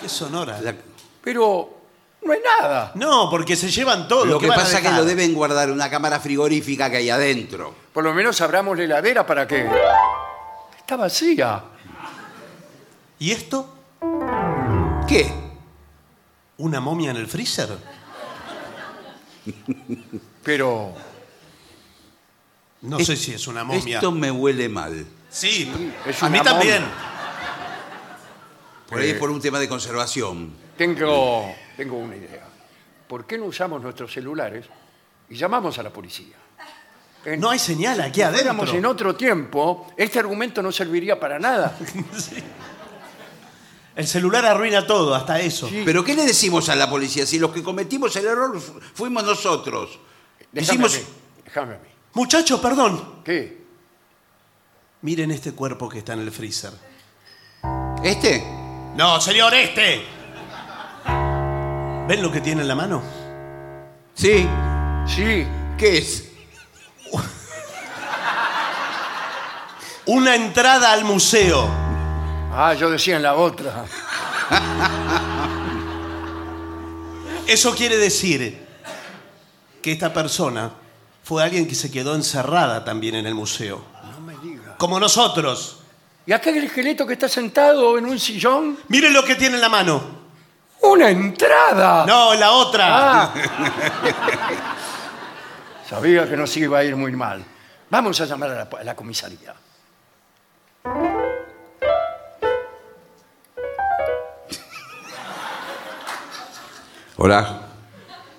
Speaker 2: Qué sonora.
Speaker 3: La-
Speaker 1: Pero no hay nada.
Speaker 2: No, porque se llevan todo.
Speaker 3: Lo
Speaker 2: ¿qué
Speaker 3: que
Speaker 2: van a
Speaker 3: pasa es que
Speaker 2: dejar?
Speaker 3: lo deben guardar en una cámara frigorífica que hay adentro.
Speaker 1: Por lo menos abramos la heladera para que... Está vacía.
Speaker 2: ¿Y esto?
Speaker 3: ¿Qué?
Speaker 2: ¿Una momia en el freezer?
Speaker 1: Pero
Speaker 2: No
Speaker 3: Es-
Speaker 2: sé si es una momia.
Speaker 3: Esto me huele mal.
Speaker 2: Sí,
Speaker 1: es
Speaker 2: a
Speaker 1: una
Speaker 2: mí también.
Speaker 1: momia.
Speaker 3: Por ahí es por un tema de conservación.
Speaker 1: Tengo, tengo una idea. ¿Por qué no usamos nuestros celulares y llamamos a la policía? En-
Speaker 2: No hay señal aquí adentro.
Speaker 1: fuéramos en otro tiempo, este argumento no serviría para nada.
Speaker 2: El celular arruina todo, hasta eso.
Speaker 3: ¿Pero qué le decimos a la policía? Si los que cometimos el error fu- fuimos nosotros.
Speaker 1: Déjame
Speaker 3: Hicimos-
Speaker 1: a mí, déjame a mí.
Speaker 2: Muchachos, perdón.
Speaker 1: ¿Qué?
Speaker 2: Miren este cuerpo que está en el freezer.
Speaker 3: ¿Este?
Speaker 2: No, señor, este. ¿Ven lo que tiene en la mano?
Speaker 3: Sí.
Speaker 1: Sí,
Speaker 3: ¿Qué es?
Speaker 2: Una entrada al museo.
Speaker 1: Ah, yo decía en la otra.
Speaker 2: Eso quiere decir que esta persona fue alguien que se quedó encerrada también en el museo.
Speaker 1: No me diga.
Speaker 2: Como nosotros.
Speaker 1: Y acá el esqueleto que está sentado en un sillón,
Speaker 2: Miren lo que tiene en la mano.
Speaker 1: una entrada.
Speaker 2: No, la otra.
Speaker 1: Ah. Sabía que nos iba a ir muy mal. Vamos a llamar a la, a la comisaría.
Speaker 3: Hola.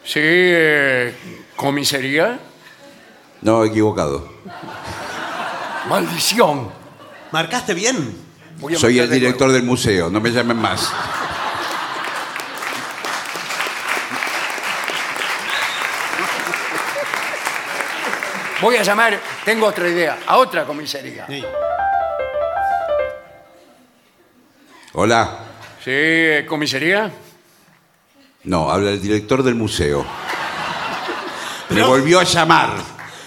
Speaker 1: Sí, eh, comisaría.
Speaker 3: No, equivocado.
Speaker 1: Maldición.
Speaker 2: ¿Marcaste bien?
Speaker 1: Voy a marcar de nuevo.
Speaker 3: del museo, no me llamen más.
Speaker 1: Voy a llamar, tengo otra idea, a otra comisaría. Sí,
Speaker 3: Hola.
Speaker 1: eh, comisaría.
Speaker 3: No, habla el director del museo.
Speaker 2: Pero-
Speaker 3: volvió a llamar.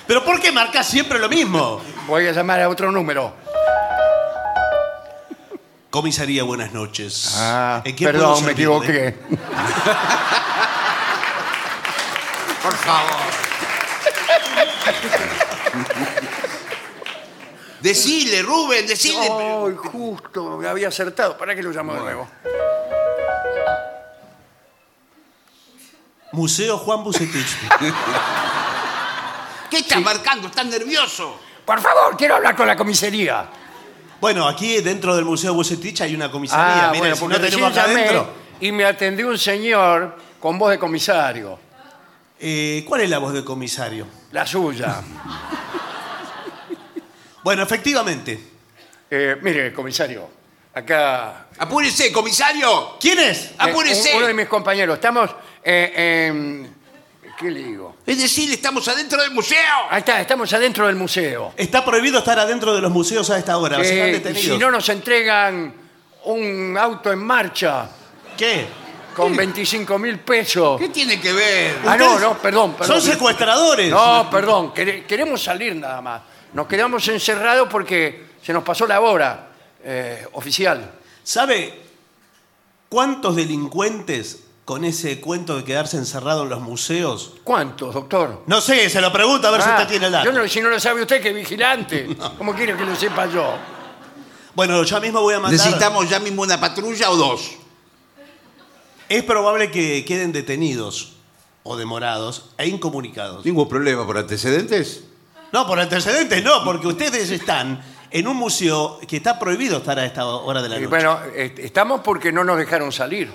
Speaker 2: ¿Pero por qué marcas siempre lo mismo?
Speaker 1: Voy a llamar a otro número.
Speaker 2: Comisaría, buenas noches.
Speaker 1: Ah,
Speaker 2: ¿En qué eh? puedo
Speaker 1: perdón, me
Speaker 2: servirle?
Speaker 1: equivoqué.
Speaker 3: Por favor. decile, Rubén, decile.
Speaker 1: Ay, justo, me había acertado. ¿Para qué lo llamo de nuevo?
Speaker 2: Museo Juan Bucetich.
Speaker 3: ¿Qué estás marcando? ¿Estás nervioso?
Speaker 1: Por favor, quiero hablar con la comisaría.
Speaker 2: bueno, aquí dentro del Museo Bucetich hay una comisaría. Miren, si no tenemos acá
Speaker 1: Ah, recién llamé
Speaker 2: adentro.
Speaker 1: y me atendió un señor con voz de comisario,
Speaker 2: Eh, ¿Cuál es la voz del comisario?
Speaker 1: la suya.
Speaker 2: Bueno, efectivamente.
Speaker 1: Eh, mire, comisario, acá...
Speaker 3: Apúrese, comisario.
Speaker 2: ¿Quién es? Ah,
Speaker 1: eh,
Speaker 3: Apúrese.
Speaker 1: un- uno de mis compañeros, estamos... eh, en- ¿Qué le digo?
Speaker 3: Es decir, estamos adentro del museo.
Speaker 1: Ahí está, estamos adentro del museo.
Speaker 2: Está prohibido estar adentro de los museos a esta hora.
Speaker 1: Eh,
Speaker 2: serán
Speaker 1: y
Speaker 2: detenidos.
Speaker 1: si no nos entregan un auto en marcha
Speaker 2: ¿Qué?
Speaker 1: con 25 mil pesos.
Speaker 3: ¿Qué tiene que ver?
Speaker 1: Ah, no,
Speaker 2: Ustedes
Speaker 1: no, perdón, perdón.
Speaker 2: Son secuestradores.
Speaker 1: No, perdón, quere- queremos salir nada más. Nos quedamos encerrados porque se nos pasó la hora eh, oficial.
Speaker 2: ¿Sabe cuántos delincuentes con ese cuento de quedarse encerrado en los museos?
Speaker 1: ¿Cuántos, doctor?
Speaker 2: No sé, se lo pregunto a ver si
Speaker 1: Ah,
Speaker 2: usted tiene el dato.
Speaker 1: yo no- si no lo sabe usted, que vigilante. ¿Cómo quiere que lo sepa yo?
Speaker 2: Bueno, yo mismo voy a mandar.
Speaker 3: Necesitamos ya mismo una patrulla o dos.
Speaker 2: Es probable que queden detenidos o demorados e incomunicados.
Speaker 3: ¿Ningún problema por antecedentes?
Speaker 2: No, por antecedentes no, porque ustedes están en un museo que está prohibido estar a esta hora de la
Speaker 1: Y
Speaker 2: noche.
Speaker 1: bueno, eh, estamos porque no nos dejaron salir.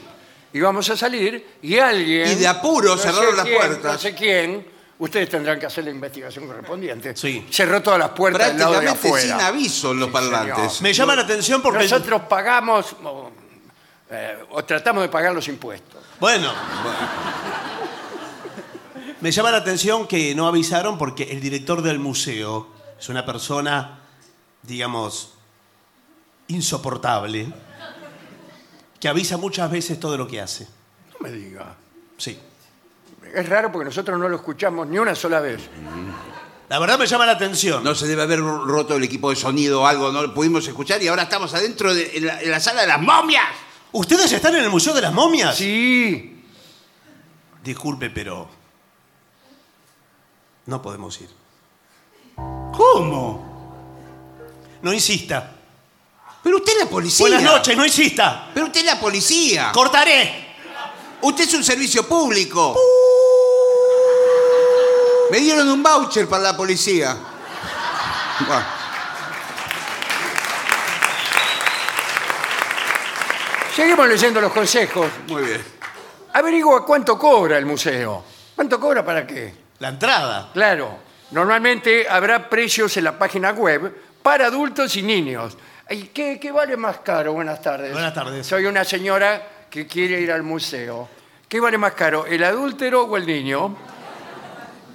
Speaker 1: Íbamos a salir y alguien...
Speaker 3: Y de apuro
Speaker 1: no sé
Speaker 3: cerraron las
Speaker 1: quién,
Speaker 3: puertas.
Speaker 1: No sé quién. Ustedes tendrán que hacer la investigación correspondiente.
Speaker 2: Sí.
Speaker 1: Cerró todas las puertas del lado de
Speaker 3: Prácticamente
Speaker 1: afuera.
Speaker 3: sin aviso los parlantes.
Speaker 2: Me llama la atención porque...
Speaker 1: Nosotros pagamos o, eh, o tratamos de pagar los impuestos.
Speaker 2: Bueno. Me llama la atención que no avisaron porque el director del museo es una persona, digamos, insoportable, que avisa muchas veces todo lo que hace.
Speaker 1: No me diga.
Speaker 2: Sí.
Speaker 1: Es raro porque nosotros no lo escuchamos ni una sola vez.
Speaker 2: La verdad me llama la atención.
Speaker 3: No se debe haber roto el equipo de sonido o algo, no lo pudimos escuchar y ahora estamos adentro de en la, en la sala de las momias.
Speaker 2: ¿Ustedes están en el Museo de las Momias?
Speaker 1: Sí.
Speaker 2: Disculpe, pero... No podemos ir.
Speaker 3: ¿Cómo?
Speaker 2: No insista.
Speaker 3: Pero usted es la policía.
Speaker 2: Buenas noches, no insista.
Speaker 3: Pero usted es la policía.
Speaker 2: Cortaré.
Speaker 3: usted es un servicio público. Me dieron un voucher para la policía. Bueno,
Speaker 1: Seguimos leyendo los consejos.
Speaker 3: Muy bien.
Speaker 1: Averigua cuánto cobra el museo. ¿Cuánto cobra para qué?
Speaker 2: La entrada.
Speaker 1: Claro, normalmente habrá precios en la página web para adultos y niños. ¿Y qué, qué vale más caro? Buenas tardes.
Speaker 2: Buenas tardes.
Speaker 1: Soy una señora que quiere ir al museo. ¿Qué vale más caro, el adúltero o el niño?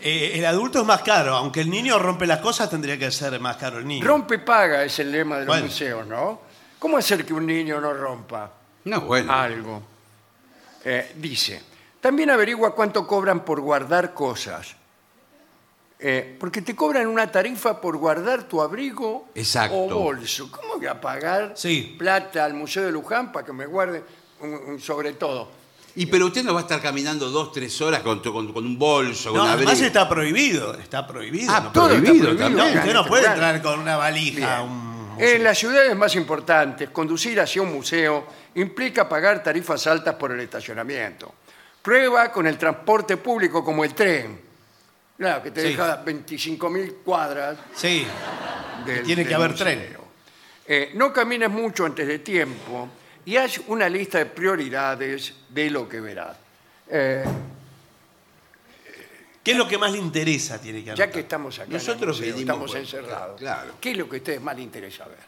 Speaker 2: Eh, el adulto es más caro, aunque el niño rompe las cosas, tendría que ser más caro el niño.
Speaker 1: Rompe paga es el lema de los
Speaker 2: Bueno.
Speaker 1: museos, ¿no? ¿Cómo hacer que un niño no rompa?
Speaker 3: No, bueno.
Speaker 1: algo. Eh, dice, también averigua cuánto cobran por guardar cosas. Eh, porque te cobran una tarifa por guardar tu abrigo
Speaker 3: Exacto.
Speaker 1: o bolso. ¿Cómo voy a pagar
Speaker 2: Sí.
Speaker 1: plata al Museo de Luján para que me guarde un, un sobre todo?
Speaker 3: Y pero usted no va a estar caminando dos, tres horas con, tu- con- con un bolso, con
Speaker 2: No,
Speaker 3: un
Speaker 2: además
Speaker 3: abrigo.
Speaker 2: está prohibido. Está prohibido.
Speaker 3: Ah,
Speaker 2: no
Speaker 3: todo
Speaker 2: puede-
Speaker 3: está prohibido también.
Speaker 2: No,
Speaker 1: claro,
Speaker 2: usted no
Speaker 1: está
Speaker 2: puede
Speaker 1: claro.
Speaker 2: entrar con una valija.
Speaker 1: Bien. Eh.
Speaker 2: un-
Speaker 1: En las ciudades más importantes, conducir hacia un museo implica pagar tarifas altas por el estacionamiento. Prueba con el transporte público como el tren. Claro, que te
Speaker 2: Sí.
Speaker 1: deja 25.000 cuadras
Speaker 2: Sí.
Speaker 1: del-
Speaker 2: Tiene que
Speaker 1: del
Speaker 2: haber
Speaker 1: museo.
Speaker 2: tren.
Speaker 1: Eh, no camines mucho antes de tiempo y haz una lista de prioridades de lo que verás. Eh,
Speaker 2: ¿Qué es lo que más le interesa? Tiene que
Speaker 1: ya
Speaker 2: anotar?
Speaker 1: que estamos acá, en el
Speaker 3: Nosotros
Speaker 1: museo,
Speaker 3: vinimos
Speaker 1: estamos
Speaker 3: por-
Speaker 1: encerrados.
Speaker 3: claro.
Speaker 1: ¿Qué es lo que a ustedes más les interesa ver?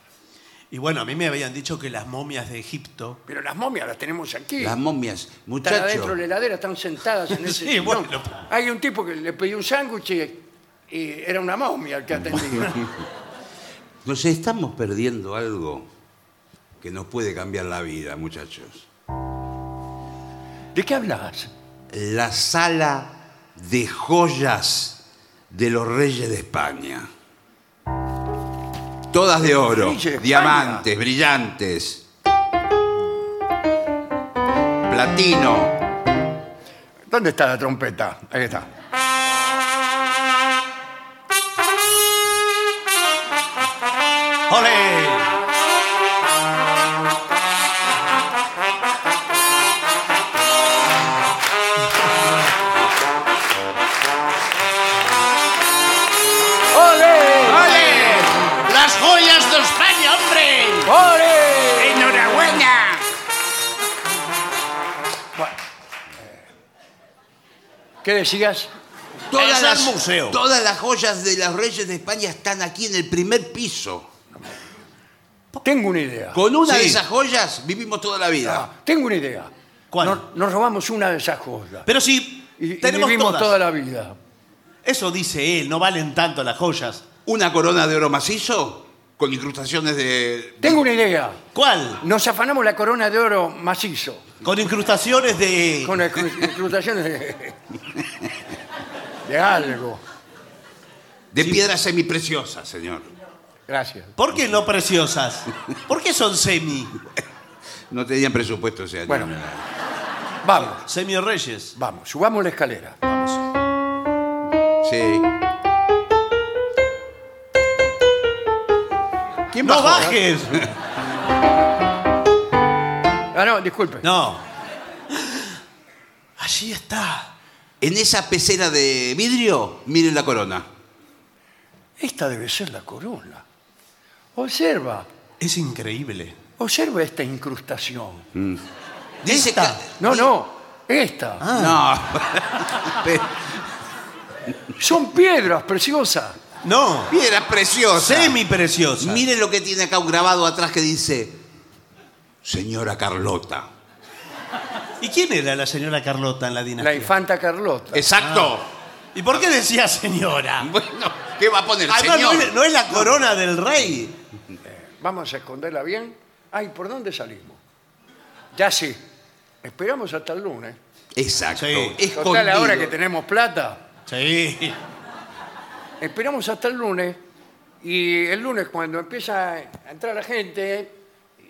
Speaker 2: Y bueno, a mí me habían dicho que las momias de Egipto.
Speaker 1: Pero las momias las tenemos aquí.
Speaker 3: Las momias,
Speaker 1: están adentro
Speaker 3: muchachos.
Speaker 1: de la heladera, están sentadas en ese
Speaker 2: Sí,
Speaker 1: sillón.
Speaker 2: bueno.
Speaker 1: Hay un tipo que le pidió un sándwich y y era una momia el que atendía.
Speaker 3: Nos estamos perdiendo algo que nos puede cambiar la vida, muchachos.
Speaker 1: ¿De qué hablas?
Speaker 3: La sala de joyas de los reyes de España. Todas de oro,
Speaker 1: Reyes de España.
Speaker 3: diamantes, brillantes, platino.
Speaker 1: ¿Dónde está la trompeta? Ahí está.
Speaker 2: ¡Ole!
Speaker 1: ¡Ole!
Speaker 2: ¡Ole! ¡Las joyas de España, hombre!
Speaker 1: ¡Ole!
Speaker 2: ¡Enhorabuena!
Speaker 1: Bueno. ¿Qué decías?
Speaker 2: Es el museo.
Speaker 3: Todas las joyas de los reyes de España están aquí en el primer piso.
Speaker 1: Tengo una idea.
Speaker 3: Con una de
Speaker 2: Sí.
Speaker 3: esas joyas vivimos toda la vida.
Speaker 1: Ah, Tengo una idea.
Speaker 2: ¿Cuál?
Speaker 1: Nos, nos robamos una de esas joyas.
Speaker 2: Pero sí,
Speaker 1: y, y
Speaker 2: tenemos
Speaker 1: vivimos
Speaker 2: todas.
Speaker 1: toda la vida.
Speaker 2: Eso dice él, no valen tanto las joyas.
Speaker 3: Una corona de oro macizo con incrustaciones de...
Speaker 1: Tengo una idea.
Speaker 2: ¿Cuál?
Speaker 1: Nos afanamos la corona de oro macizo.
Speaker 2: Con incrustaciones de...
Speaker 1: Con excru- incrustaciones de, de algo.
Speaker 3: De piedras semipreciosas, señor.
Speaker 1: Gracias.
Speaker 2: ¿Por qué no preciosas? ¿Por qué son semi?
Speaker 3: No tenían presupuesto ese año.
Speaker 1: Bueno. Vamos,
Speaker 2: Semi reyes.
Speaker 1: vamos. Subamos la escalera.
Speaker 2: Vamos.
Speaker 3: Sí.
Speaker 1: ¿Quién
Speaker 2: ¡No
Speaker 1: bajó?
Speaker 2: bajes!
Speaker 1: Ah, no, disculpe.
Speaker 2: No. Allí está.
Speaker 3: En esa pecera de vidrio, miren la corona.
Speaker 1: Esta debe ser la corona. Observa,
Speaker 2: Es increíble.
Speaker 1: observa esta incrustación.
Speaker 3: Dice
Speaker 2: ¿Esta?
Speaker 3: que-
Speaker 1: No, no, esta.
Speaker 3: Ah. No. Pe-
Speaker 1: Son piedras preciosas.
Speaker 2: No.
Speaker 3: Piedras preciosas.
Speaker 2: Semi preciosa.
Speaker 3: Miren lo que tiene acá un grabado atrás que dice, señora Carlota.
Speaker 2: ¿Y quién era la señora Carlota en la
Speaker 1: La
Speaker 2: dinastía?
Speaker 1: infanta
Speaker 3: Ah.
Speaker 1: Carlota.
Speaker 3: Exacto.
Speaker 2: ¿Y por qué decía señora?
Speaker 3: Bueno, ¿qué va a poner,
Speaker 2: Además, no
Speaker 3: señor?
Speaker 2: es, no es la corona del rey.
Speaker 1: Vamos a esconderla bien. Ay, ¿por dónde salimos? Ya sí. Esperamos hasta el lunes.
Speaker 3: Exacto.
Speaker 2: Sí.
Speaker 1: Total,
Speaker 3: Escondido.
Speaker 1: ahora que tenemos plata,
Speaker 2: Sí.
Speaker 1: esperamos hasta el lunes. Y el lunes, cuando empieza a entrar la gente,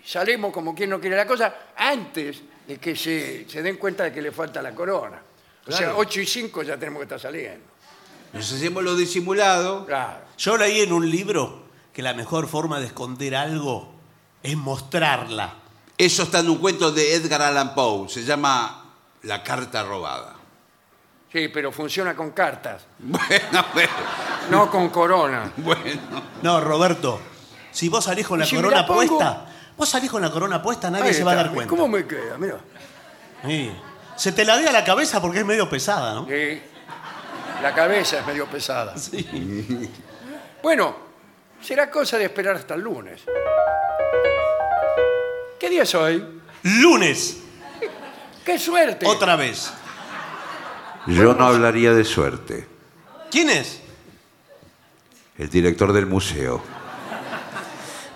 Speaker 1: salimos como quien no quiere la cosa, antes de que se, se den cuenta de que le falta la corona. O sea,
Speaker 3: Claro.
Speaker 1: 8 y 5 ya tenemos que estar saliendo.
Speaker 3: Nos hacemos lo disimulado.
Speaker 1: Claro.
Speaker 2: Yo leí en un libro que la mejor forma de esconder algo es mostrarla.
Speaker 3: Eso está en un cuento de Edgar Allan Poe. Se llama La carta robada.
Speaker 1: Sí, pero funciona con cartas,
Speaker 3: Bueno, pero,
Speaker 1: no con corona.
Speaker 3: bueno.
Speaker 2: No, Roberto, si vos salís con la
Speaker 1: Si me
Speaker 2: corona
Speaker 1: la pongo-
Speaker 2: puesta, Vos salís con la corona puesta, nadie
Speaker 1: Ahí
Speaker 2: se va a
Speaker 1: está.
Speaker 2: dar cuenta.
Speaker 1: ¿Cómo me queda? Mira.
Speaker 2: Sí. Se te la ve a la cabeza porque es medio pesada, ¿no?
Speaker 1: Sí. La cabeza es medio pesada.
Speaker 2: Sí.
Speaker 1: Bueno, será cosa de esperar hasta el lunes. ¿Qué día es hoy?
Speaker 2: Lunes,
Speaker 1: ¡Qué suerte!
Speaker 2: otra vez.
Speaker 4: Yo no hablaría de suerte.
Speaker 2: ¿Quién es?
Speaker 4: El director del museo.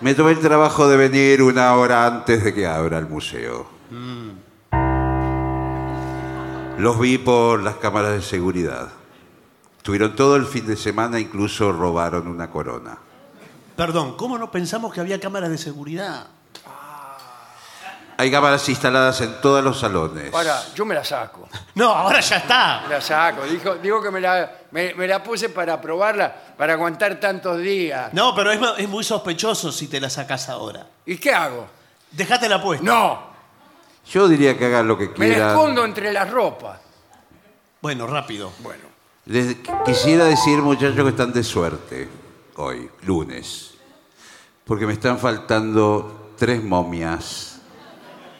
Speaker 4: Me tomé el trabajo de venir una hora antes de que abra el museo.
Speaker 3: Mm.
Speaker 4: Los vi por las cámaras de seguridad. Estuvieron todo el fin de semana, incluso robaron una corona.
Speaker 2: Perdón, ¿cómo no pensamos que había cámaras de seguridad?
Speaker 4: Hay cámaras instaladas en todos los salones.
Speaker 1: Ahora, yo me la saco.
Speaker 2: No, ahora ya está.
Speaker 1: Me la saco. Dijo, digo que me la, me, me la puse para probarla, para aguantar tantos días.
Speaker 2: No, pero es, ma- es muy sospechoso si te la sacas ahora.
Speaker 1: ¿Y qué hago?
Speaker 2: Dejate la puesta.
Speaker 1: No,
Speaker 4: Yo diría que hagan lo que
Speaker 1: me la
Speaker 4: quieran.
Speaker 1: escondo entre las ropas.
Speaker 2: Bueno, rápido.
Speaker 1: Bueno,
Speaker 4: Les quisiera decir, muchachos, que están de suerte hoy, lunes, porque me están faltando tres momias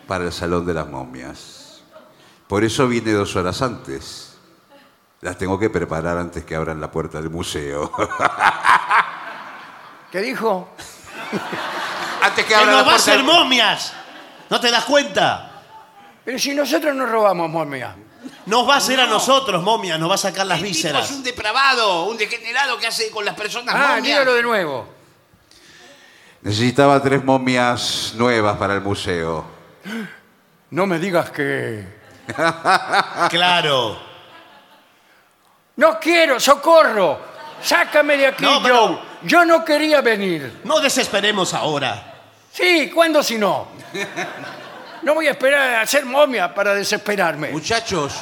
Speaker 4: para el Salón de las Momias. Por eso vine dos horas antes. Las tengo que preparar antes que abran la puerta del museo.
Speaker 1: ¿qué dijo?
Speaker 4: antes que
Speaker 2: ¡Que
Speaker 4: abran
Speaker 2: no va
Speaker 4: la
Speaker 2: a
Speaker 4: puerta
Speaker 2: ser
Speaker 4: del
Speaker 2: momias! ¿No te das cuenta?
Speaker 1: Pero si nosotros no robamos, momia.
Speaker 2: Nos va a hacer a nosotros, momia, nos va a sacar las
Speaker 3: El tipo es
Speaker 2: vísceras.
Speaker 3: un depravado, un degenerado que hace con las personas
Speaker 1: Ah,
Speaker 3: momias.
Speaker 1: dígalo de nuevo.
Speaker 4: Necesitaba tres momias nuevas para el museo.
Speaker 1: No me digas que...
Speaker 2: Claro.
Speaker 1: No quiero, socorro. Sácame de aquí,
Speaker 2: No,
Speaker 1: Joe.
Speaker 2: pero-
Speaker 1: Yo no quería venir.
Speaker 2: No desesperemos ahora.
Speaker 1: Sí, ¿cuándo si no? No voy a esperar a ser momia para desesperarme.
Speaker 3: Muchachos,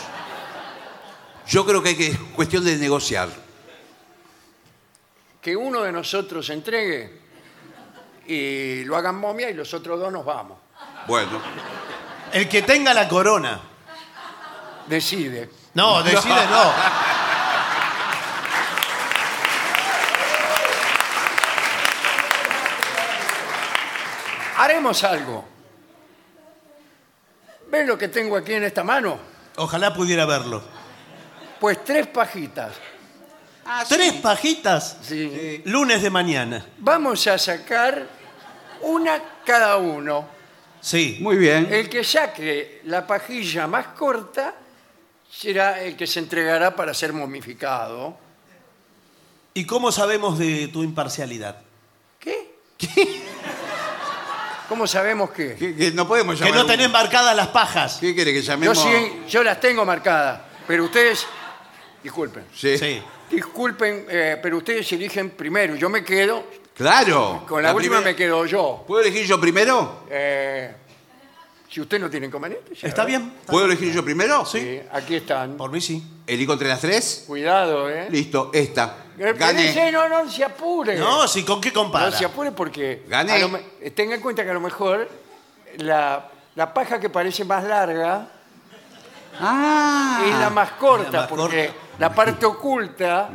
Speaker 3: yo creo que hay que- es cuestión de negociar.
Speaker 1: Que uno de nosotros se entregue y lo hagan momia y los otros dos nos vamos.
Speaker 3: Bueno.
Speaker 2: El que tenga la corona.
Speaker 1: Decide.
Speaker 2: No, decide no.
Speaker 1: Haremos algo. ¿Ven lo que tengo aquí en esta mano?
Speaker 2: Ojalá pudiera verlo.
Speaker 1: Pues tres pajitas.
Speaker 2: Tres pajitas.
Speaker 1: Sí.
Speaker 2: Lunes de mañana.
Speaker 1: Vamos a sacar una cada uno.
Speaker 2: Sí.
Speaker 4: Muy
Speaker 3: Eh,
Speaker 4: bien.
Speaker 1: El que saque la pajilla más corta será el que se entregará para ser momificado.
Speaker 2: ¿Y cómo sabemos de tu imparcialidad?
Speaker 1: ¿Qué? ¿Cómo sabemos qué?
Speaker 3: Que, que no podemos
Speaker 2: Que
Speaker 3: llamar.
Speaker 2: no
Speaker 3: un-
Speaker 2: tenés marcadas las pajas.
Speaker 3: ¿Qué quiere que
Speaker 1: Yo
Speaker 3: llamemos?
Speaker 1: sí, yo las tengo marcadas, pero ustedes, disculpen,
Speaker 3: Sí.
Speaker 2: Sí.
Speaker 1: disculpen, eh, pero ustedes eligen primero. Yo me quedo,
Speaker 3: Claro.
Speaker 1: con la, última
Speaker 3: primera-
Speaker 1: me quedo yo.
Speaker 3: ¿Puedo elegir yo primero?
Speaker 1: Eh, si usted no tiene inconveniente, ya.
Speaker 2: ¿Está bien?
Speaker 1: Pues-
Speaker 3: ¿Puedo elegir yo primero?
Speaker 1: Sí, aquí están.
Speaker 2: Por mí sí.
Speaker 3: ¿Elijo entre las tres?
Speaker 1: Cuidado, ¿eh?
Speaker 3: Listo, esta.
Speaker 1: Pero
Speaker 3: Gané.
Speaker 1: dice, no, no se apure.
Speaker 2: No, sí, ¿con qué compara?
Speaker 1: Eh. No se apure porque
Speaker 3: Gané.
Speaker 1: a lo me- tenga en cuenta que a lo mejor la, la paja que parece más larga
Speaker 3: Ah.
Speaker 1: es la más corta,
Speaker 2: la más
Speaker 1: porque la parte oculta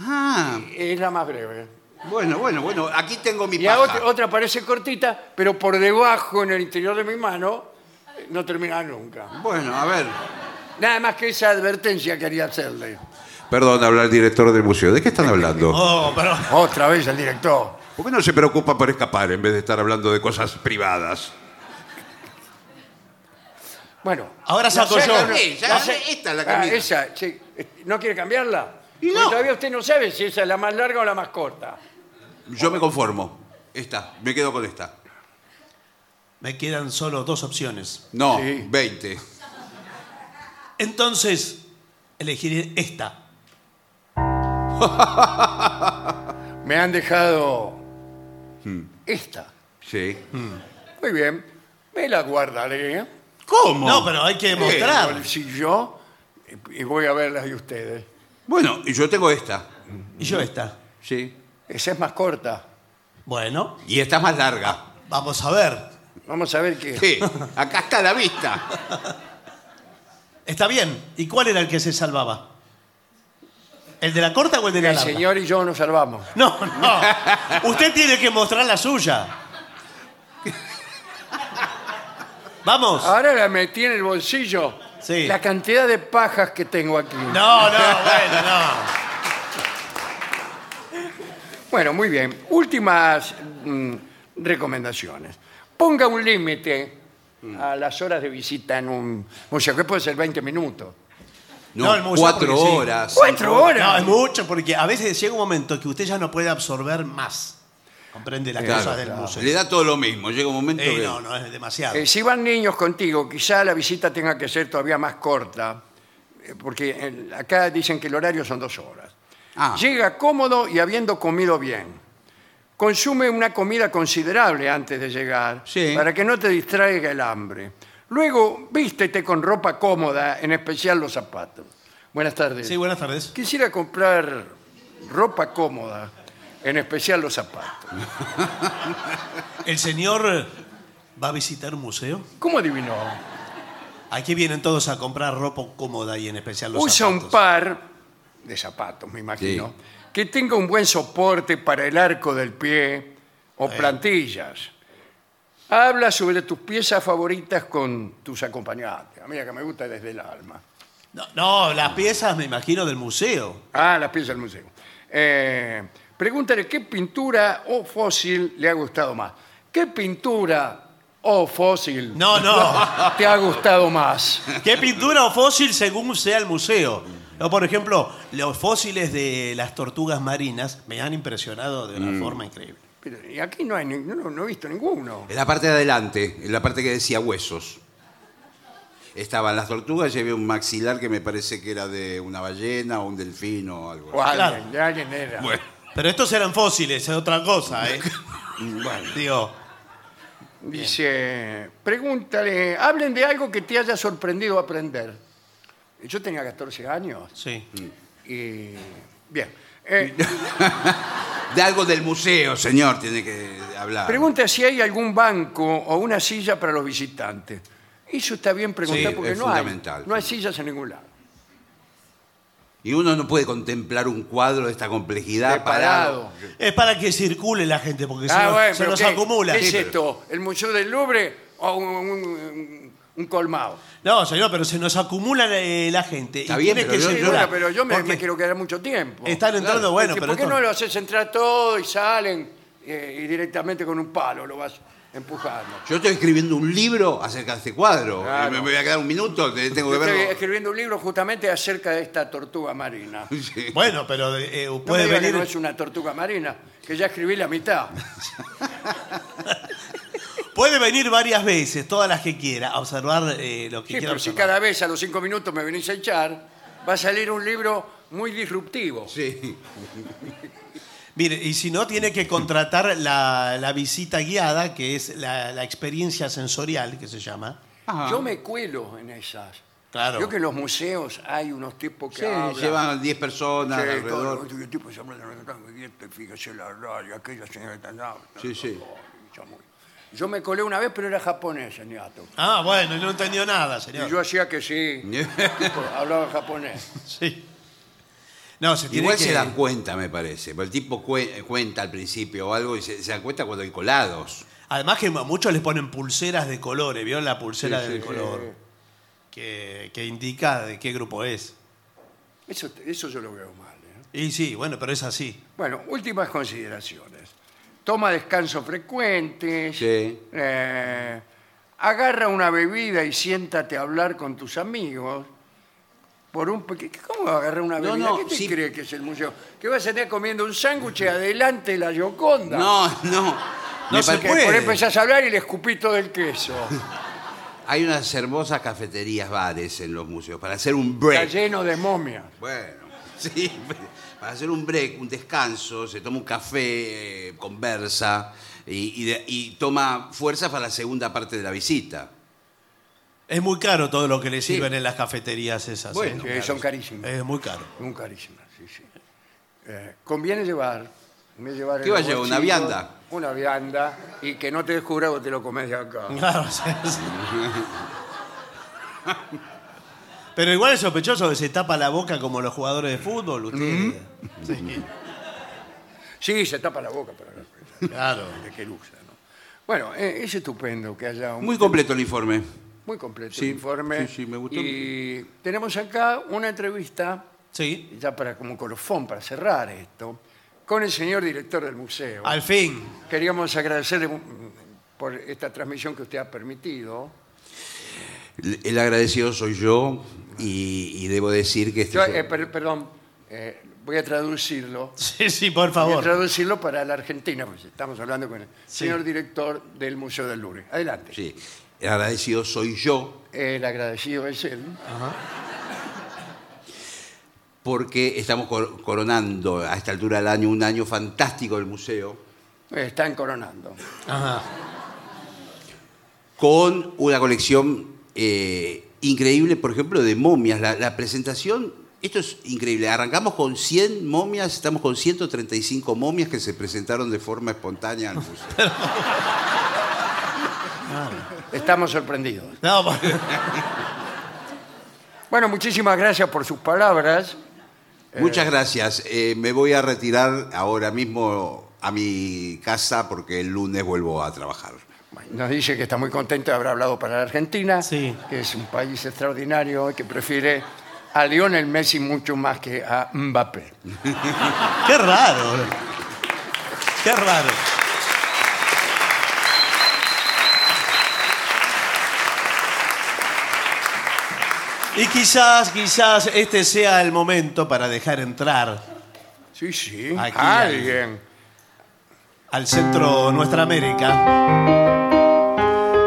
Speaker 3: Ah.
Speaker 1: es la más breve.
Speaker 3: Bueno, bueno, bueno. Aquí tengo mi
Speaker 1: Y a
Speaker 3: paja.
Speaker 1: otra, otra parece cortita, pero por debajo, en el interior de mi mano, eh, no termina nunca.
Speaker 3: Bueno, a ver.
Speaker 1: Nada más que esa advertencia quería hacerle.
Speaker 4: Perdón, habla el director del museo. ¿De qué están hablando?
Speaker 2: Oh, pero.
Speaker 1: Otra vez el director.
Speaker 4: ¿Por qué no se preocupa por escapar en vez de estar hablando de cosas privadas?
Speaker 1: Bueno.
Speaker 2: Ahora saco
Speaker 1: saca
Speaker 2: yo.
Speaker 1: una-
Speaker 3: Sí, ya
Speaker 1: la
Speaker 3: gané,
Speaker 1: sa-
Speaker 3: esta es la
Speaker 1: Ah,
Speaker 3: camisa.
Speaker 1: esa, sí. ¿No quiere cambiarla?
Speaker 3: Y no.
Speaker 1: Porque Todavía usted no sabe si esa es la más larga o la más corta.
Speaker 3: Yo me conformo. Esta. Me quedo con esta.
Speaker 2: Me quedan solo dos opciones.
Speaker 3: No,
Speaker 1: Sí.
Speaker 3: 20.
Speaker 2: Entonces, elegiré esta.
Speaker 1: Me han dejado
Speaker 3: Hmm.
Speaker 1: esta.
Speaker 4: Sí.
Speaker 1: Muy bien, me la guardaré ¿eh?
Speaker 3: ¿Cómo?
Speaker 2: No, pero hay que
Speaker 3: Ah.
Speaker 1: en el
Speaker 2: mostrar.
Speaker 1: bolsillo y voy a ver las de ustedes.
Speaker 3: Bueno, y yo tengo esta.
Speaker 2: Y yo esta.
Speaker 3: Sí.
Speaker 1: Esa es más corta.
Speaker 2: Bueno,
Speaker 3: Y esta es más larga.
Speaker 2: vamos a ver.
Speaker 1: Vamos a ver qué.
Speaker 3: Sí. Acá está la vista.
Speaker 2: Está bien. ¿Y cuál era el que se salvaba? ¿El de la corta o el de la
Speaker 1: El
Speaker 2: larga?
Speaker 1: señor y yo nos salvamos.
Speaker 2: No, no. Usted tiene que mostrar la suya. Vamos.
Speaker 1: Ahora la metí en el bolsillo.
Speaker 2: Sí.
Speaker 1: La cantidad de pajas que tengo aquí.
Speaker 2: No, no, bueno, no.
Speaker 1: Bueno, muy bien. Últimas mm, recomendaciones. Ponga un límite a las horas de visita en un museo, que puede ser 20 minutos.
Speaker 2: No,
Speaker 3: No,
Speaker 2: el museo
Speaker 3: cuatro
Speaker 2: porque sí.
Speaker 3: horas.
Speaker 1: ¡Cuatro horas!
Speaker 2: No, es mucho, porque a veces llega un momento que usted ya no puede absorber más. Comprende las
Speaker 3: Claro,
Speaker 2: cosas del
Speaker 3: claro.
Speaker 2: museo.
Speaker 3: Le da todo lo mismo. Llega un momento
Speaker 2: Eh,
Speaker 3: que-
Speaker 2: no, no, es demasiado.
Speaker 1: Eh, si van niños contigo, quizá la visita tenga que ser todavía más corta, eh, porque el- acá dicen que el horario son dos horas.
Speaker 3: Ah.
Speaker 1: Llega cómodo y habiendo comido bien. Consume una comida considerable antes de llegar,
Speaker 3: Sí.
Speaker 1: para que no te distraiga el hambre. Luego, vístete con ropa cómoda, en especial los zapatos. Buenas tardes.
Speaker 2: Sí, buenas tardes.
Speaker 1: Quisiera comprar ropa cómoda, en especial los zapatos.
Speaker 2: ¿El señor eh, va a visitar un museo?
Speaker 1: ¿Cómo adivinó?
Speaker 2: Aquí vienen todos a comprar ropa cómoda y en especial los
Speaker 1: Usa un
Speaker 2: zapatos.
Speaker 1: par de zapatos, me imagino, que tenga un buen soporte para el arco del pie o plantillas. Habla sobre tus piezas favoritas con tus acompañantes. A mí la que me gusta desde el alma.
Speaker 2: No, no, las piezas me imagino del museo.
Speaker 1: Ah, las piezas del museo. Eh, pregúntale qué pintura o fósil le ha gustado más. ¿Qué pintura o fósil
Speaker 2: No, no.
Speaker 1: te ha gustado más?
Speaker 2: ¿Qué pintura o fósil según sea el museo? No, por ejemplo, los fósiles de las tortugas marinas me han impresionado de
Speaker 3: Mm.
Speaker 2: una forma increíble.
Speaker 1: Pero, y aquí no, hay, ni- no, no he visto ninguno.
Speaker 3: En la parte de adelante, en la parte que decía huesos. Estaban las tortugas, llevé un maxilar que me parece que era de una ballena o un delfín o algo.
Speaker 1: O
Speaker 2: Claro.
Speaker 1: alguien, de alguien era.
Speaker 3: Bueno,
Speaker 2: Pero estos eran fósiles, es otra cosa, ¿eh?
Speaker 3: bueno.
Speaker 2: Digo,
Speaker 1: Dice, pregúntale, hablen de algo que te haya sorprendido aprender. Yo tenía 14 años
Speaker 2: sí.
Speaker 1: y... Bien. Eh,
Speaker 3: De algo del museo, señor, tiene que hablar.
Speaker 1: pregunta si hay algún banco o una silla para los visitantes. Eso está bien preguntar
Speaker 3: Sí,
Speaker 1: porque
Speaker 3: es
Speaker 1: no hay,
Speaker 3: fundamental.
Speaker 1: no hay sillas en ningún lado.
Speaker 3: Y uno no puede contemplar un cuadro de esta complejidad
Speaker 1: Preparado.
Speaker 3: parado.
Speaker 2: Es para que circule la gente, porque se,
Speaker 1: Ah,
Speaker 2: nos,
Speaker 1: bueno,
Speaker 2: se
Speaker 1: pero
Speaker 2: nos
Speaker 1: ¿qué-
Speaker 2: acumula.
Speaker 1: ¿Qué es esto? ¿El Museo del Louvre o un, un- un colmado?
Speaker 2: No, señor, pero se nos acumula eh, la, la gente.
Speaker 3: Está
Speaker 2: y
Speaker 3: bien,
Speaker 2: tiene
Speaker 3: pero
Speaker 2: que
Speaker 3: yo- yo-
Speaker 1: Sí,
Speaker 2: circular,
Speaker 1: bueno, pero yo me,
Speaker 2: porque
Speaker 1: me quiero quedar mucho tiempo.
Speaker 2: Están entrando, bueno,
Speaker 1: Porque,
Speaker 2: pero
Speaker 1: ¿Por qué
Speaker 2: esto-
Speaker 1: no lo haces entrar todo y salen eh, y directamente con un palo lo vas empujando?
Speaker 3: Yo estoy escribiendo un libro acerca de este cuadro.
Speaker 1: Claro.
Speaker 3: Me me voy a quedar un minuto, te- tengo que
Speaker 1: Yo estoy
Speaker 3: verlo.
Speaker 1: escribiendo un libro justamente acerca de esta tortuga marina. No
Speaker 3: Sí.
Speaker 2: Bueno, pero eh,
Speaker 1: me
Speaker 2: puede
Speaker 1: diga
Speaker 2: venir.
Speaker 1: que no es una tortuga marina, que ya escribí la mitad.
Speaker 2: Puede venir varias veces, todas las que quiera, a observar eh, lo que
Speaker 1: Sí,
Speaker 2: quiera.
Speaker 1: pero si
Speaker 2: observar.
Speaker 1: cada vez a los cinco minutos me venís a echar, va a salir un libro muy disruptivo.
Speaker 3: Sí.
Speaker 2: Mire, y si no, tiene que contratar la, la visita guiada, que es la, la experiencia sensorial, que se llama.
Speaker 3: Ajá.
Speaker 1: Yo me cuelo en esas.
Speaker 2: Claro.
Speaker 1: Yo que en los museos hay unos tipos que
Speaker 3: Ah, Sí,
Speaker 1: hablan.
Speaker 3: llevan 10 personas
Speaker 1: Sí, todo,
Speaker 3: alrededor.
Speaker 1: todo, el tipo se habla de la verdad, y este, fíjese la radio, aquella señora tan alta,
Speaker 3: Sí, sí.
Speaker 1: yo muy- Yo me colé una vez, pero era japonés el gato.
Speaker 2: Ah, bueno, no entendió nada,
Speaker 1: Y
Speaker 2: señor.
Speaker 1: yo hacía que sí, tipo, hablaba japonés.
Speaker 2: Sí. No, se tiene
Speaker 3: Igual
Speaker 2: que-
Speaker 3: se dan cuenta, me parece. porque El tipo cue- cuenta al principio o algo y se, se dan cuenta cuando hay colados.
Speaker 2: Además que a muchos les ponen pulseras de colores, ¿vio? La pulsera
Speaker 3: Sí,
Speaker 2: del
Speaker 3: sí,
Speaker 2: color. Que, que indica de qué grupo es.
Speaker 1: Eso, eso yo lo veo mal. ¿eh?
Speaker 2: Y sí, bueno, pero es así.
Speaker 1: Bueno, últimas consideraciones. Toma descansos frecuentes.
Speaker 3: Sí.
Speaker 1: eh, agarra una bebida y siéntate a hablar con tus amigos. Por un peque- ¿Cómo va a agarrar una
Speaker 3: No,
Speaker 1: bebida?
Speaker 3: no,
Speaker 1: ¿Qué te
Speaker 3: sí.
Speaker 1: cree que es el museo? ¿Que vas a estar comiendo un sándwich adelante de la Yoconda?
Speaker 3: No, no.
Speaker 2: No
Speaker 3: Me
Speaker 2: se
Speaker 3: parece-
Speaker 1: Por ahí
Speaker 2: puede.
Speaker 1: empezás a hablar y le escupí todo el queso.
Speaker 3: Hay unas hermosas cafeterías, bares en los museos para hacer un break.
Speaker 1: Está lleno de momias.
Speaker 3: Bueno, sí. Para hacer un break, un descanso, se toma un café, eh, conversa y, y de- y toma fuerza para la segunda parte de la visita.
Speaker 2: Es muy caro todo lo que le
Speaker 3: Sí.
Speaker 2: sirven en las cafeterías esas.
Speaker 3: Bueno,
Speaker 1: Sí,
Speaker 2: ¿eh?
Speaker 1: son carísimas.
Speaker 2: Es muy caro.
Speaker 1: Son carísimas, sí, sí. Eh, conviene llevar. conviene llevar
Speaker 3: ¿Qué
Speaker 1: en
Speaker 3: va a
Speaker 1: los
Speaker 3: llevar, una
Speaker 1: bolsillos
Speaker 3: vianda?
Speaker 1: Una vianda y que no te descubra que te lo comes de acá.
Speaker 2: Claro, sí, sí. Pero igual es sospechoso que se tapa la boca como los jugadores de fútbol, usted.
Speaker 1: Sí, se tapa la boca, pero no,
Speaker 2: Claro.
Speaker 1: de que luxa, ¿no? Bueno, eh, es estupendo que haya un
Speaker 3: Muy completo el informe.
Speaker 1: muy completo
Speaker 4: Sí,
Speaker 1: informe.
Speaker 4: sí, sí, me gustó.
Speaker 1: Y tenemos acá una entrevista,
Speaker 2: Sí.
Speaker 1: ya para como colofón, para cerrar esto, con el señor director del museo.
Speaker 2: Al fin.
Speaker 1: Queríamos agradecerle mm, por esta transmisión que usted ha permitido.
Speaker 3: El el agradecido soy yo y, y debo decir que... este-
Speaker 1: Yo, eh, per- perdón, eh, voy a traducirlo.
Speaker 2: Sí, sí,
Speaker 1: Voy
Speaker 2: por
Speaker 1: a
Speaker 2: favor.
Speaker 1: traducirlo para la Argentina, pues estamos hablando con el
Speaker 2: Sí.
Speaker 1: señor director del Museo del Louvre. Adelante.
Speaker 3: Sí, el agradecido soy yo
Speaker 1: El agradecido es él.
Speaker 3: porque estamos cor- coronando a esta altura del año un año fantástico del museo
Speaker 1: Están coronando.
Speaker 2: Ajá.
Speaker 3: con una colección eh, increíble, por ejemplo, de momias. La, la presentación, esto es increíble, arrancamos con 100 momias, estamos con 135 momias que se presentaron de forma espontánea al museo.
Speaker 1: Estamos sorprendidos.
Speaker 2: No, por-
Speaker 1: Bueno, muchísimas gracias por sus palabras.
Speaker 3: Muchas gracias. Eh, me voy a retirar ahora mismo a mi casa porque el lunes vuelvo a trabajar.
Speaker 1: Bueno, Nos dice que está muy contento de haber hablado para la Argentina,
Speaker 2: Sí.
Speaker 1: que es un país extraordinario y que prefiere a Lionel Messi mucho más que a Mbappé.
Speaker 2: qué raro. Qué raro. Y quizás, quizás este sea el momento para dejar entrar
Speaker 1: Sí, sí.
Speaker 2: Aquí hay-
Speaker 1: Alguien.
Speaker 2: al centro Nuestra América,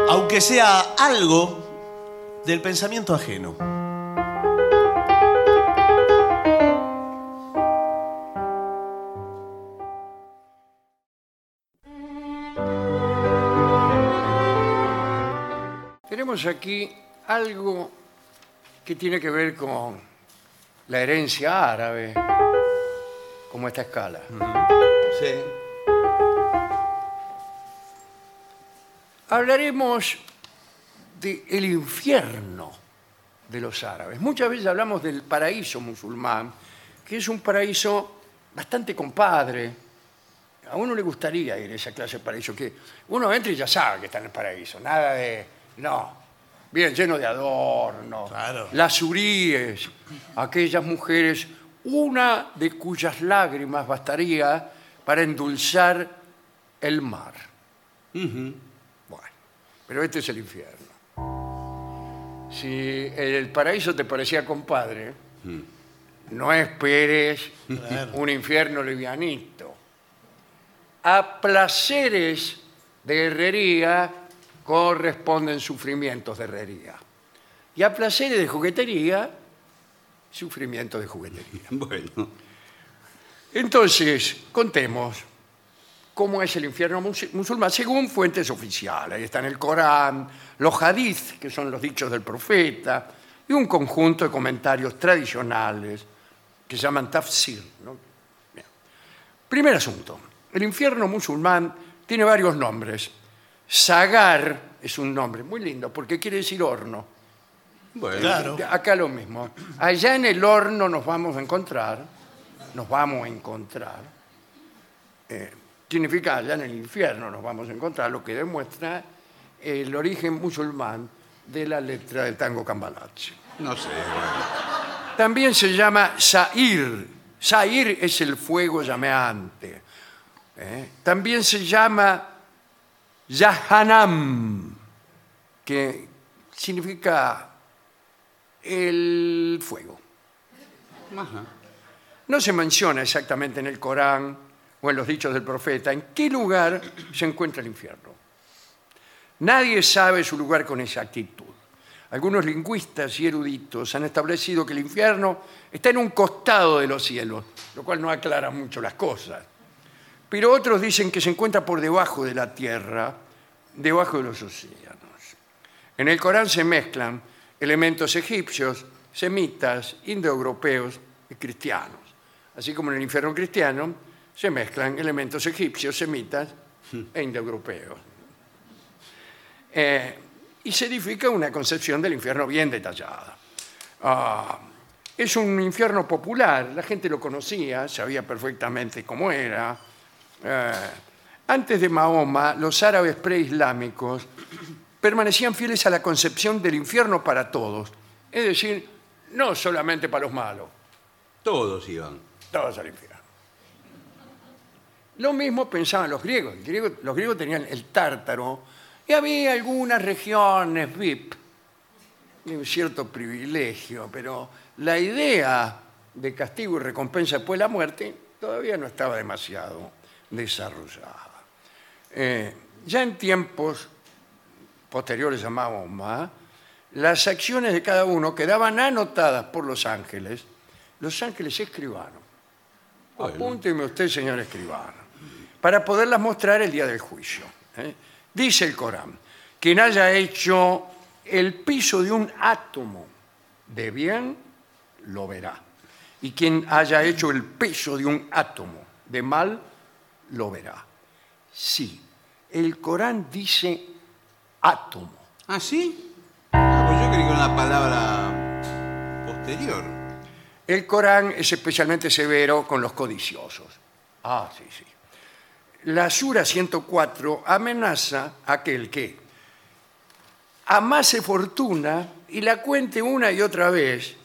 Speaker 2: aunque sea algo del pensamiento ajeno.
Speaker 1: Tenemos aquí algo que tiene que ver con la herencia árabe, como esta escala. Hablaremos del infierno de los árabes. Muchas veces hablamos del paraíso musulmán, que es un paraíso bastante compadre. A uno le gustaría ir a esa clase de paraíso, que uno entra y ya sabe que está en el paraíso, nada de... No, bien lleno de adornos,
Speaker 2: Claro.
Speaker 1: las huríes, aquellas mujeres, una de cuyas lágrimas bastaría para endulzar el mar. Bueno, pero este es el infierno. Si el paraíso te parecía compadre, no esperes un infierno livianito. A placeres de herrería corresponden sufrimientos de herrería. Y a placeres de juguetería, sufrimientos de juguetería.
Speaker 3: Bueno,
Speaker 1: Entonces, contemos cómo es el infierno mus- musulmán según fuentes oficiales. Ahí están el Corán, los hadith, que son los dichos del profeta, y un conjunto de comentarios tradicionales que se llaman tafsir. ¿no? Bien. Primer asunto. El infierno musulmán tiene varios nombres. Sagar es un nombre muy lindo porque quiere decir horno.
Speaker 3: bueno.
Speaker 2: Claro.
Speaker 1: Acá lo mismo. Allá en el horno nos vamos a encontrar, nos vamos a encontrar. eh, significa allá en el infierno nos vamos a encontrar, lo que demuestra el origen musulmán de la letra del tango cambalache.
Speaker 3: No sé. bueno.
Speaker 1: También se llama Sair. Sair es el fuego llameante. ¿eh? También se llama Yahanam, que significa el fuego.
Speaker 3: Ajá.
Speaker 1: No se menciona exactamente en el Corán o en los dichos del profeta en qué lugar se encuentra el infierno. Nadie sabe su lugar con exactitud. Algunos lingüistas y eruditos han establecido que el infierno está en un costado de los cielos, lo cual no aclara mucho las cosas. Pero otros dicen que se encuentra por debajo de la tierra, debajo de los océanos. En el Corán se mezclan elementos egipcios, semitas, indoeuropeos y cristianos. Así como en el infierno cristiano se mezclan elementos egipcios, semitas e indoeuropeos. Eh, y se edifica una concepción del infierno bien detallada. Ah, es un infierno popular, la gente lo conocía, sabía perfectamente cómo era. Eh, Antes de Mahoma, los árabes preislámicos permanecían fieles a la concepción del infierno para todos, es decir, no solamente para los malos,
Speaker 3: Todos iban.
Speaker 1: todos al infierno. Lo mismo pensaban los griegos. El griego- los griegos tenían el tártaro y había algunas regiones VIP de un cierto privilegio, pero la idea de castigo y recompensa después de la muerte todavía no estaba demasiado desarrollada. Eh, ya en tiempos posteriores a Mahoma, las acciones de cada uno quedaban anotadas por los ángeles, los ángeles escribanos. Apúnteme usted, señor escribano, para poderlas mostrar el día del juicio. ¿eh? Dice el Corán, quien haya hecho el piso de un átomo de bien, lo verá. Y quien haya hecho el piso de un átomo de mal, lo verá. Sí, el Corán dice átomo.
Speaker 3: ¿Ah, sí? Ah, pues yo creí que era una palabra posterior.
Speaker 1: El Corán es especialmente severo con los codiciosos. Ah, sí, sí. La Sura 104 amenaza a aquel que amase fortuna y la cuente una y otra vez,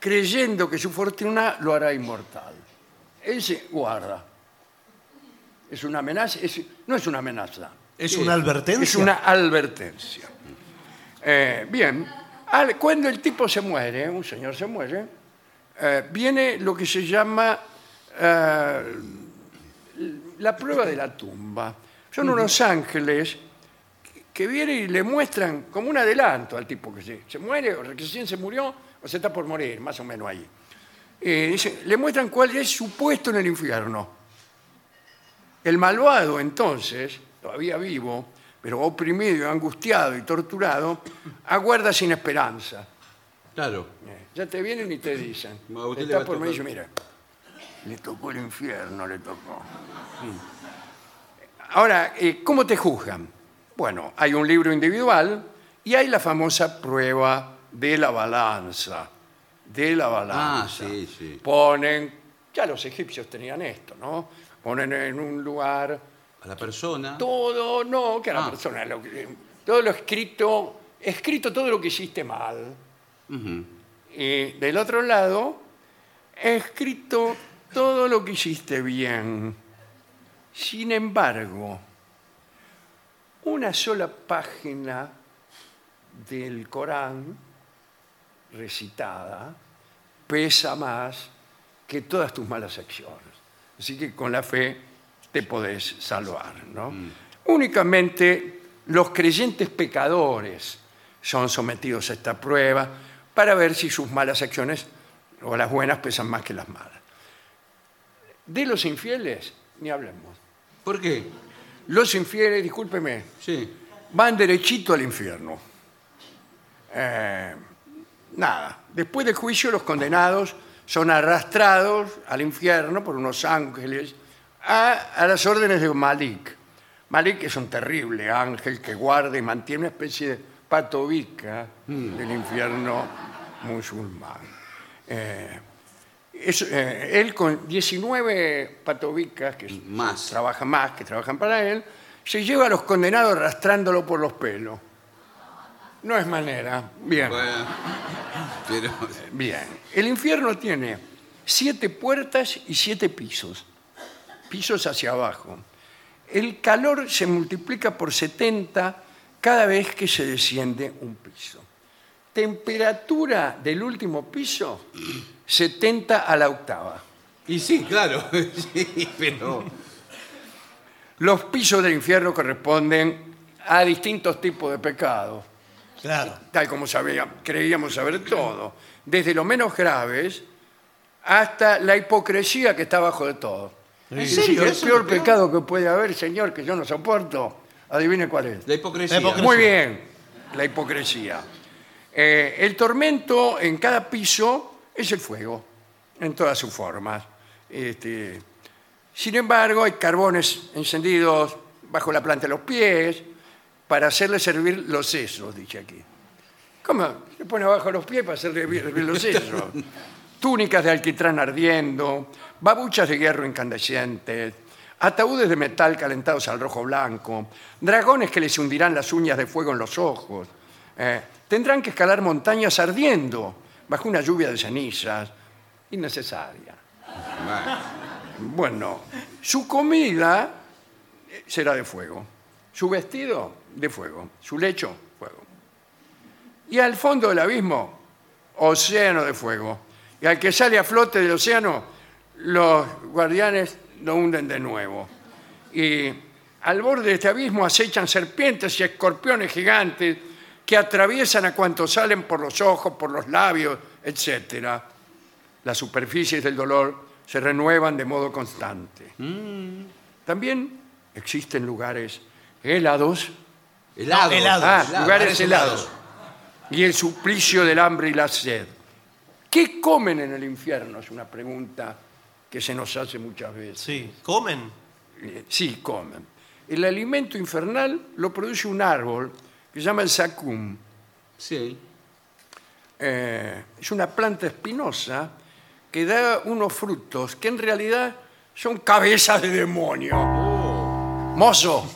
Speaker 1: creyendo que su fortuna lo hará inmortal. Ese guarda. Es una amenaza, es- no es una amenaza.
Speaker 2: Es una advertencia.
Speaker 1: Es una advertencia. Eh, bien, al- cuando el tipo se muere, un señor se muere, eh, viene lo que se llama eh, la prueba de la tumba. Son unos ángeles que- que vienen y le muestran como un adelanto al tipo que se, se muere, o recién se murió, o se está por morir, más o menos ahí. Eh, dice, le muestran cuál es su puesto en el infierno. El malvado entonces, todavía vivo, pero oprimido, angustiado y torturado, aguarda sin esperanza.
Speaker 3: Claro.
Speaker 1: Eh, Ya te vienen y te dicen.
Speaker 3: A usted le va
Speaker 1: Está
Speaker 3: a
Speaker 1: por
Speaker 3: tocar.
Speaker 1: mí mira. Le tocó el infierno, le tocó. Ahora, eh, ¿cómo te juzgan? Bueno, hay un libro individual y hay la famosa prueba de la balanza. De la balanza.
Speaker 3: Ah, sí, sí.
Speaker 1: Ponen, ya los egipcios tenían esto, ¿no? Ponen en un lugar
Speaker 3: A la persona.
Speaker 1: todo, no, que a la
Speaker 3: Ah.
Speaker 1: persona, lo que- todo lo escrito, escrito todo lo que hiciste mal. Y del otro lado, escrito todo lo que hiciste bien. Sin embargo, una sola página del Corán recitada pesa más que todas tus malas acciones. Así que con la fe te podés salvar, ¿no? Únicamente los creyentes pecadores son sometidos a esta prueba para ver si sus malas acciones o las buenas pesan más que las malas. De los infieles, ni hablemos.
Speaker 3: ¿Por qué?
Speaker 1: Los infieles, discúlpeme,
Speaker 3: Sí.
Speaker 1: van derechito al infierno. Eh, nada, después del juicio los condenados son arrastrados al infierno por unos ángeles a, a las órdenes de Malik. Malik es un terrible ángel que guarda y mantiene una especie de patobica del infierno musulmán. Eh, es, eh, él con 19 patobicas que es-
Speaker 3: Más.
Speaker 1: trabajan más, que trabajan para él, se lleva a los condenados arrastrándolo por los pelos. No es manera. Bien,
Speaker 3: Bueno. Pero.
Speaker 1: bien. El infierno tiene siete puertas y siete pisos. Pisos hacia abajo. El calor se multiplica por 70 cada vez que se desciende un piso. Temperatura del último piso, 70 a la octava.
Speaker 3: Y sí, claro. Sí, pero.
Speaker 1: Los pisos del infierno corresponden a distintos tipos de pecados.
Speaker 2: Claro.
Speaker 1: tal como sabíamos, creíamos saber todo, desde los menos graves hasta la hipocresía que está abajo de todo.
Speaker 3: ¿En
Speaker 1: Es decir,
Speaker 3: serio?
Speaker 1: El
Speaker 3: ¿Eso
Speaker 1: peor
Speaker 3: es lo peor?
Speaker 1: pecado que puede haber, señor, que yo no soporto, adivine cuál es.
Speaker 3: La hipocresía.
Speaker 2: La hipocresía.
Speaker 1: Muy bien, la hipocresía. Eh, el tormento en cada piso es el fuego, en todas sus formas. Este, sin embargo, hay carbones encendidos bajo la planta de los pies para hacerle servir los sesos, dice aquí. ¿Cómo? Se pone abajo los pies para hacerle vi- hervir los sesos. Túnicas de alquitrán ardiendo, babuchas de hierro incandescentes, ataúdes de metal calentados al rojo blanco, dragones que les hundirán las uñas de fuego en los ojos, eh, tendrán que escalar montañas ardiendo bajo una lluvia de cenizas innecesaria. Bueno, su comida eh, será de fuego, su vestido de fuego, su lecho fuego. Y al fondo del abismo, océano de fuego. Y al que sale a flote del océano, los guardianes lo hunden de nuevo. Y al borde de este abismo acechan serpientes y escorpiones gigantes que atraviesan a cuantos salen por los ojos, por los labios, etcétera las superficies del dolor se renuevan de modo constante. También existen lugares helados
Speaker 3: Helado.
Speaker 2: No, helado.
Speaker 1: Ah,
Speaker 3: helado,
Speaker 1: lugares
Speaker 3: parece
Speaker 1: helados. Y el suplicio del hambre y la sed. ¿Qué comen en el infierno? Es una pregunta que se nos hace muchas veces.
Speaker 2: Sí, comen.
Speaker 1: Eh, Sí, comen. El alimento infernal lo produce un árbol que se llama el sacum.
Speaker 3: Sí.
Speaker 1: Eh, es una planta espinosa que da unos frutos que en realidad son cabezas de demonio. Mozo.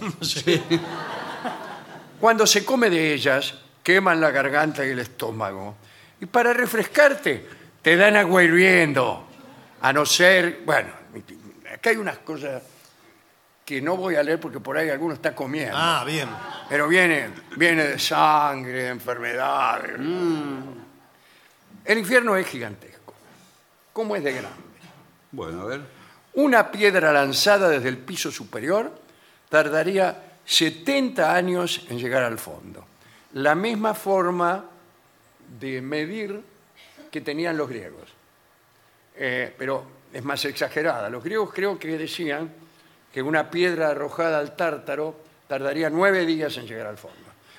Speaker 1: Cuando se come de ellas, queman la garganta y el estómago. Y para refrescarte, te dan agua hirviendo. A no ser, bueno, acá hay unas cosas que no voy a leer porque por ahí alguno está comiendo.
Speaker 2: Ah, bien.
Speaker 1: Pero viene, viene de sangre, de enfermedades. El infierno es gigantesco. ¿Cómo es de grande?
Speaker 4: Bueno, a ver.
Speaker 1: Una piedra lanzada desde el piso superior tardaría 70 años en llegar al fondo. La misma forma de medir que tenían los griegos. Eh, pero es más exagerada. Los griegos creo que decían que una piedra arrojada al tártaro tardaría nueve días en llegar al fondo.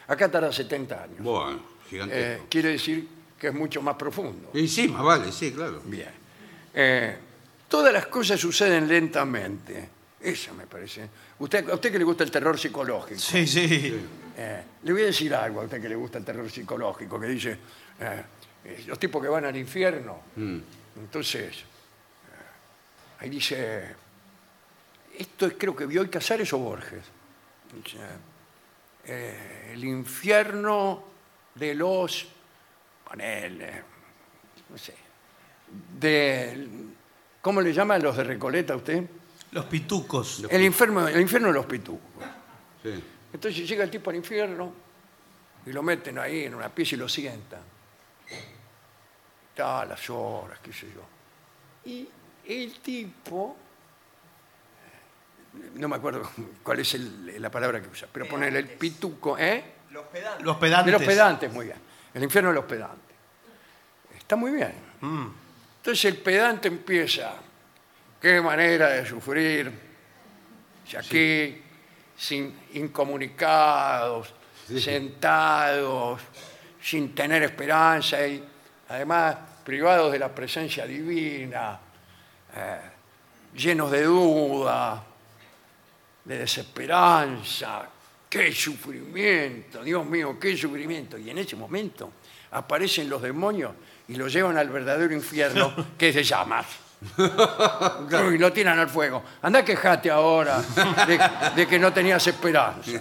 Speaker 1: Acá tarda 70 años.
Speaker 4: Bueno,
Speaker 1: Eh,
Speaker 4: gigantesco.
Speaker 1: quiere decir que es mucho más profundo.
Speaker 4: y sí, más vale, sí, claro.
Speaker 1: Bien. Eh, todas las cosas suceden lentamente. Eso me parece. Usted, a usted que le gusta el terror psicológico,
Speaker 2: Sí, sí.
Speaker 1: eh, le voy a decir algo a usted que le gusta el terror psicológico, que dice, eh, eh, los tipos que van al infierno. Entonces, eh, ahí dice, esto es, creo que vio hoy Casares o Borges. Dice, eh, el infierno de los, ponele, no sé, de, ¿cómo le llaman los de Recoleta a usted?
Speaker 2: Los pitucos.
Speaker 1: El infierno, el infierno de los pitucos.
Speaker 4: Sí.
Speaker 1: Entonces llega el tipo al infierno y lo meten ahí en una pieza y lo sientan. Está a las horas, qué sé yo. Y el tipo, no me acuerdo cuál es el- la palabra que usa, pero poner el pituco, ¿eh?
Speaker 2: Los pedantes.
Speaker 1: De los pedantes, muy bien. El infierno de los pedantes. Está muy bien. Entonces el pedante empieza. Qué manera de sufrir. Si aquí, sin incomunicados, sentados, sin tener esperanza y además privados de la presencia divina, eh, llenos de duda, de desesperanza, qué sufrimiento, Dios mío, qué sufrimiento. Y en ese momento aparecen los demonios y lo llevan al verdadero infierno que es de llamas. Y lo tiran al fuego. Anda quejate ahora de, de que no tenías esperanza.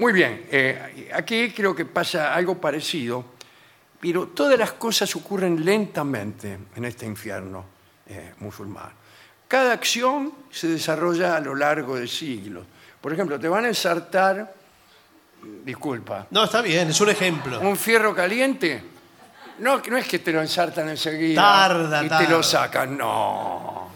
Speaker 1: Muy bien, eh, aquí creo que pasa algo parecido, pero todas las cosas ocurren lentamente en este infierno eh, musulmán. Cada acción se desarrolla a lo largo de siglos. Por ejemplo, te van a ensartar, disculpa,
Speaker 2: No, está bien, es un ejemplo.
Speaker 1: un fierro caliente. No, no es que te lo ensartan enseguida
Speaker 2: Tarda,
Speaker 1: y
Speaker 2: tarda.
Speaker 1: te lo sacan. No,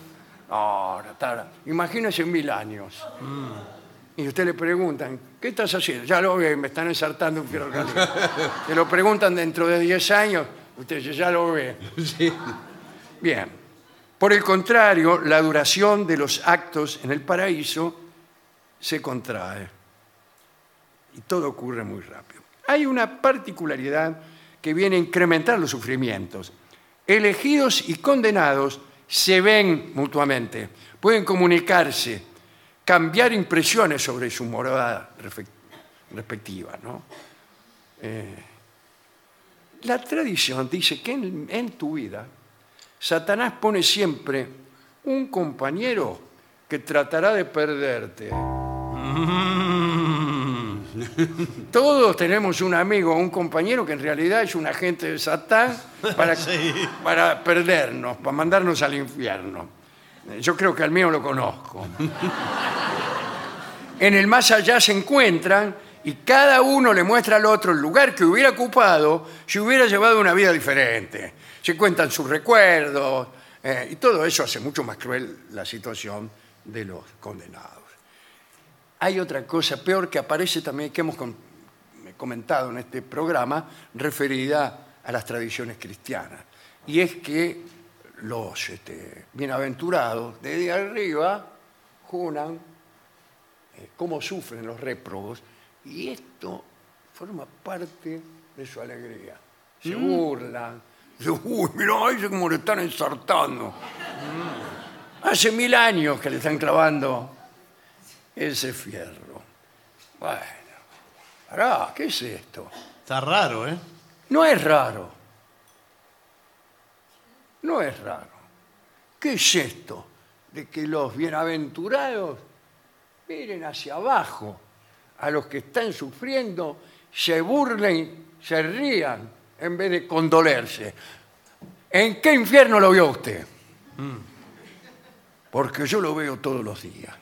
Speaker 1: no, no tarda. Imagínese mil años.
Speaker 2: Mm.
Speaker 1: Y usted le preguntan, ¿qué estás haciendo? Ya lo ve, me están ensartando un fierro caliente. te lo preguntan dentro de 10 años, usted dice, ya lo ve. Bien. Por el contrario, la duración de los actos en el paraíso se contrae. Y todo ocurre muy rápido. Hay una particularidad que viene a incrementar los sufrimientos. Elegidos y condenados se ven mutuamente, pueden comunicarse, cambiar impresiones sobre su morada refe- respectiva. ¿no? Eh, la tradición dice que en- en tu vida Satanás pone siempre un compañero que tratará de perderte. Todos tenemos un amigo o un compañero que en realidad es un agente de Satán para,
Speaker 2: Sí.
Speaker 1: para perdernos, para mandarnos al infierno. Yo creo que al mío lo conozco. En el más allá se encuentran y cada uno le muestra al otro el lugar que hubiera ocupado si hubiera llevado una vida diferente. Se cuentan sus recuerdos eh, y todo eso hace mucho más cruel la situación de los condenados. Hay otra cosa peor que aparece también, que hemos com- comentado en este programa, referida a las tradiciones cristianas. Y es que los este, bienaventurados desde arriba juran eh, cómo sufren los réprobos y esto forma parte de su alegría. Se burlan. Dice, uy, mirá, ese como le están ensartando. Mm. Hace mil años que le están clavando ese fierro. Bueno, pará, ¿qué es esto?
Speaker 2: Está raro, ¿eh?
Speaker 1: No es raro. No es raro. ¿Qué es esto? De que los bienaventurados miren hacia abajo a los que están sufriendo, se burlen, se rían, en vez de condolerse. ¿En qué infierno lo vio usted? Porque yo lo veo todos los días.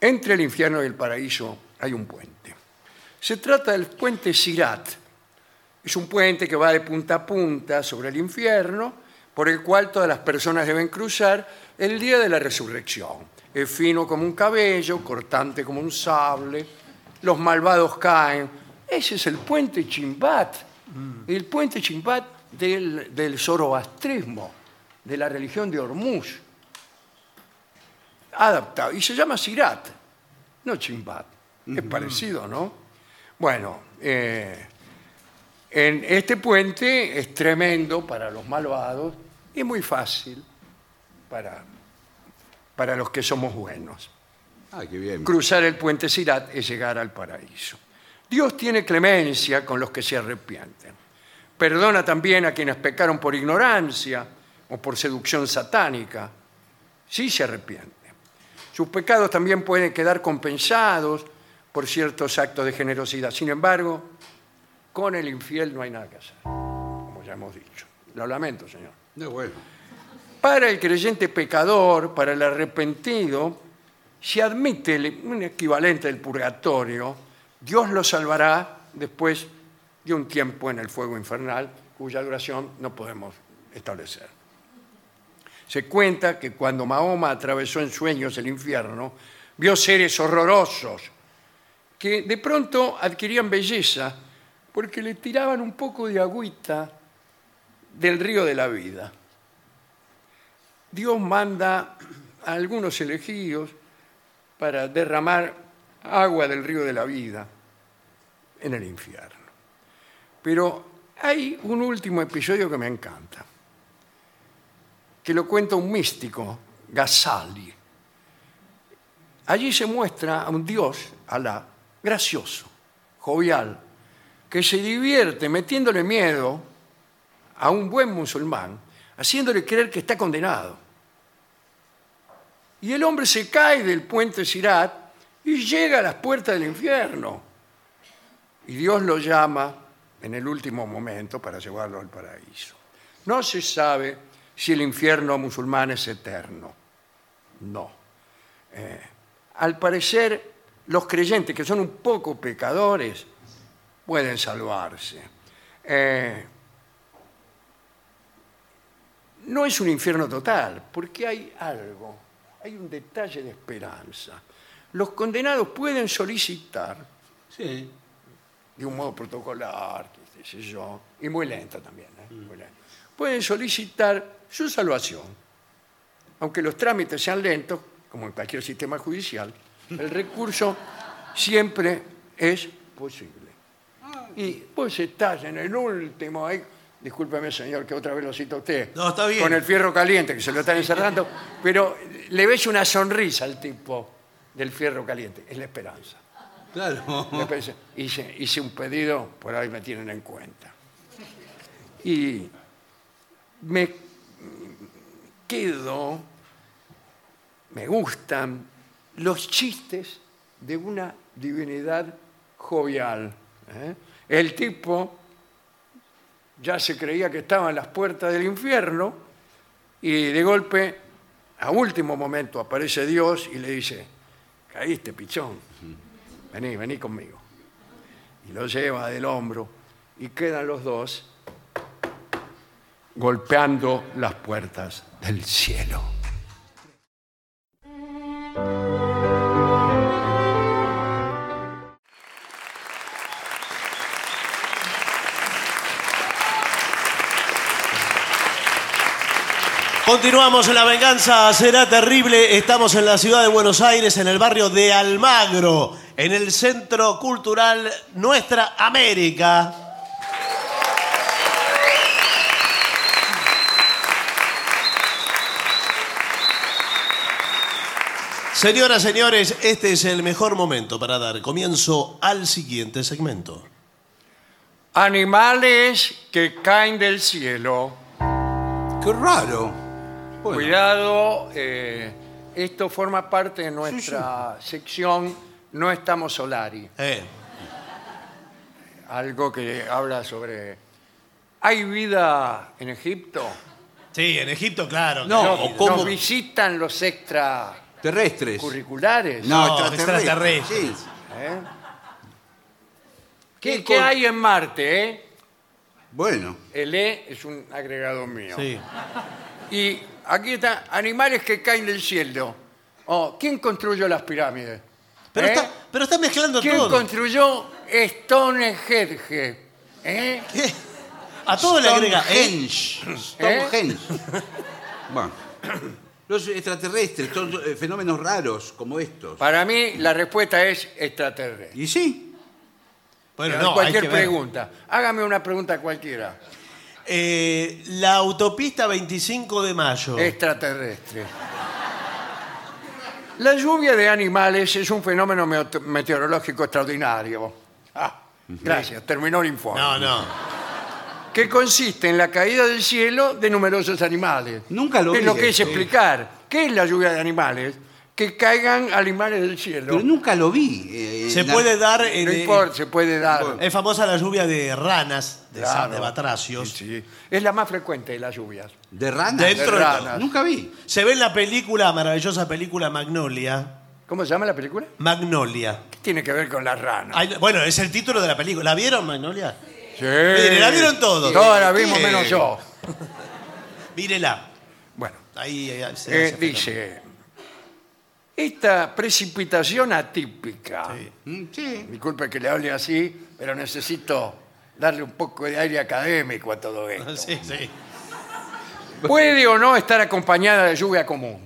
Speaker 1: Entre el infierno y el paraíso hay un puente. Se trata del puente Sirat. Es un puente que va de punta a punta sobre el infierno, por el cual todas las personas deben cruzar el día de la resurrección. Es fino como un cabello, cortante como un sable. Los malvados caen. Ese es el puente Chimbat. El puente Chimbat del, del zoroastrismo, de la religión de Hormuz adaptado. Y se llama Sirat, no Chimbat. Es parecido, ¿no? Bueno, eh, en este puente es tremendo para los malvados y muy fácil para, para los que somos buenos.
Speaker 3: Ah, qué bien.
Speaker 1: Cruzar el puente Sirat es llegar al paraíso. Dios tiene clemencia con los que se arrepienten. Perdona también a quienes pecaron por ignorancia o por seducción satánica. Sí se arrepienten. Sus pecados también pueden quedar compensados por ciertos actos de generosidad. Sin embargo, con el infiel no hay nada que hacer, como ya hemos dicho. Lo lamento, señor.
Speaker 3: No, bueno.
Speaker 1: Para el creyente pecador, para el arrepentido, se admite el- un equivalente del purgatorio. Dios lo salvará después de un tiempo en el fuego infernal, cuya duración no podemos establecer. Se cuenta que cuando Mahoma atravesó en sueños el infierno, vio seres horrorosos que de pronto adquirían belleza porque le tiraban un poco de agüita del río de la vida. Dios manda a algunos elegidos para derramar agua del río de la vida en el infierno. Pero hay un último episodio que me encanta, que lo cuenta un místico, Gasali. Allí se muestra a un dios, Alá, gracioso, jovial, que se divierte metiéndole miedo a un buen musulmán, haciéndole creer que está condenado. Y el hombre se cae del puente Sirat y llega a las puertas del infierno. Y Dios lo llama en el último momento para llevarlo al paraíso. No se sabe si el infierno musulmán es eterno. No. Eh, al parecer, los creyentes, que son un poco pecadores, pueden salvarse. Eh, no es un infierno total, porque hay algo, hay un detalle de esperanza. Los condenados pueden solicitar,
Speaker 3: Sí.
Speaker 1: de un modo protocolar, qué sé yo, y muy lento también, ¿eh? Muy lento. pueden solicitar su salvación. Aunque los trámites sean lentos, como en cualquier sistema judicial, el recurso siempre es posible. Y vos estás en el último, ahí, discúlpeme señor que otra vez lo cita usted,
Speaker 2: No, está bien.
Speaker 1: con el fierro caliente que se lo están encerrando, pero le ves una sonrisa al tipo del fierro caliente, es la esperanza.
Speaker 3: Claro.
Speaker 1: Me parece, hice, hice un pedido, por ahí me tienen en cuenta. Y me quedo, me gustan los chistes de una divinidad jovial. ¿eh? El tipo ya se creía que estaba en las puertas del infierno y de golpe, a último momento, aparece Dios y le dice, caíste, pichón, vení, vení conmigo. Y lo lleva del hombro y quedan los dos golpeando las puertas del cielo.
Speaker 2: Continuamos en La Venganza Será Terrible. Estamos en la ciudad de Buenos Aires, en el barrio de Almagro, en el Centro Cultural Nuestra América. Señoras, señores, este es el mejor momento para dar comienzo al siguiente segmento.
Speaker 1: Animales que caen del cielo.
Speaker 3: Qué raro. Bueno,
Speaker 1: Cuidado, eh, esto forma parte de nuestra sección No estamos Solari,
Speaker 2: Eh,
Speaker 1: algo que habla sobre ¿hay vida en Egipto?
Speaker 2: Sí, en Egipto, claro.
Speaker 3: No,
Speaker 2: claro.
Speaker 3: o
Speaker 1: ¿Nos
Speaker 3: cómo-
Speaker 1: visitan los extracurriculares?
Speaker 3: Terrestres.
Speaker 2: No,
Speaker 3: No,
Speaker 2: extraterrestres.
Speaker 3: extraterrestres. sí.
Speaker 1: ¿eh? ¿Qué,
Speaker 3: Qué
Speaker 1: qué
Speaker 3: cor-
Speaker 1: hay en Marte? eh?
Speaker 3: Bueno,
Speaker 1: El E es un agregado mío.
Speaker 2: Sí.
Speaker 1: Y aquí está, animales que caen del cielo. Oh, ¿Quién construyó las pirámides?
Speaker 2: Pero,
Speaker 1: ¿Eh?
Speaker 2: está, pero está mezclando
Speaker 1: ¿Quién
Speaker 2: todo.
Speaker 1: construyó Stonehenge? ¿Eh?
Speaker 2: ¿Qué? A todo le agrega. ¿eh?
Speaker 3: Stonehenge. Stonehenge. Bueno. Los extraterrestres, todos, eh, fenómenos raros como estos.
Speaker 1: Para mí la respuesta es extraterrestre.
Speaker 3: Y sí,
Speaker 2: Bueno,
Speaker 1: A
Speaker 2: no, hay
Speaker 1: cualquier
Speaker 2: que ver.
Speaker 1: pregunta. Hágame una pregunta cualquiera.
Speaker 2: Eh, la autopista 25 de mayo.
Speaker 1: Extraterrestre. La lluvia de animales es un fenómeno meot- meteorológico extraordinario. Ah, gracias, terminó el informe.
Speaker 2: No, no.
Speaker 1: que consiste en la caída del cielo de numerosos animales.
Speaker 3: Nunca lo
Speaker 1: Es lo
Speaker 3: vi
Speaker 1: que es
Speaker 3: eso.
Speaker 1: explicar. ¿Qué es la lluvia de animales? Que caigan animales del cielo.
Speaker 3: pero nunca lo vi. eh,
Speaker 2: Se
Speaker 3: en la-
Speaker 2: puede dar. en- eh,
Speaker 1: no importa, se puede dar.
Speaker 3: Bueno,
Speaker 2: Es famosa la lluvia de ranas, de, sa-
Speaker 1: Claro.
Speaker 2: de batracios.
Speaker 1: Sí, sí. Es la más frecuente de las lluvias.
Speaker 3: De ranas.
Speaker 2: Dentro
Speaker 1: de ranas.
Speaker 3: Nunca vi.
Speaker 2: Se ve en la película, maravillosa película Magnolia.
Speaker 1: ¿Cómo se llama la película?
Speaker 2: Magnolia.
Speaker 1: ¿Qué tiene que ver con las ranas?
Speaker 2: Ay, bueno, es el título de la película. ¿La vieron, Magnolia?
Speaker 1: Sí.
Speaker 2: Mire, la vieron todos.
Speaker 1: Todos la vimos
Speaker 3: Sí.
Speaker 1: menos yo.
Speaker 2: Mírela.
Speaker 1: Bueno,
Speaker 2: Ahí, ahí, ahí, se-
Speaker 1: eh,
Speaker 2: se-
Speaker 1: dice, esta precipitación atípica.
Speaker 3: Mm, Sí.
Speaker 1: Disculpe que le hable así, pero necesito darle un poco de aire académico a todo esto.
Speaker 2: Sí, sí.
Speaker 1: Puede o no estar acompañada de lluvia común.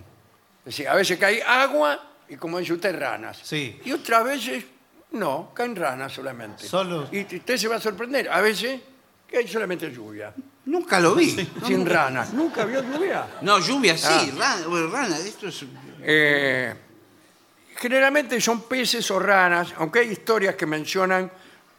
Speaker 1: Es decir, a veces cae agua y como dice usted, ranas.
Speaker 2: Sí.
Speaker 1: Y otras veces no, caen ranas solamente.
Speaker 2: Solo.
Speaker 1: Y t- usted se va a sorprender. A veces que hay solamente lluvia,
Speaker 3: Nunca lo vi.
Speaker 1: sin ranas. ¿Nunca vio lluvia?
Speaker 3: No, lluvia sí,
Speaker 1: Ah.
Speaker 3: rana, bueno, rana, esto es...
Speaker 1: Eh, generalmente son peces o ranas, aunque hay historias que mencionan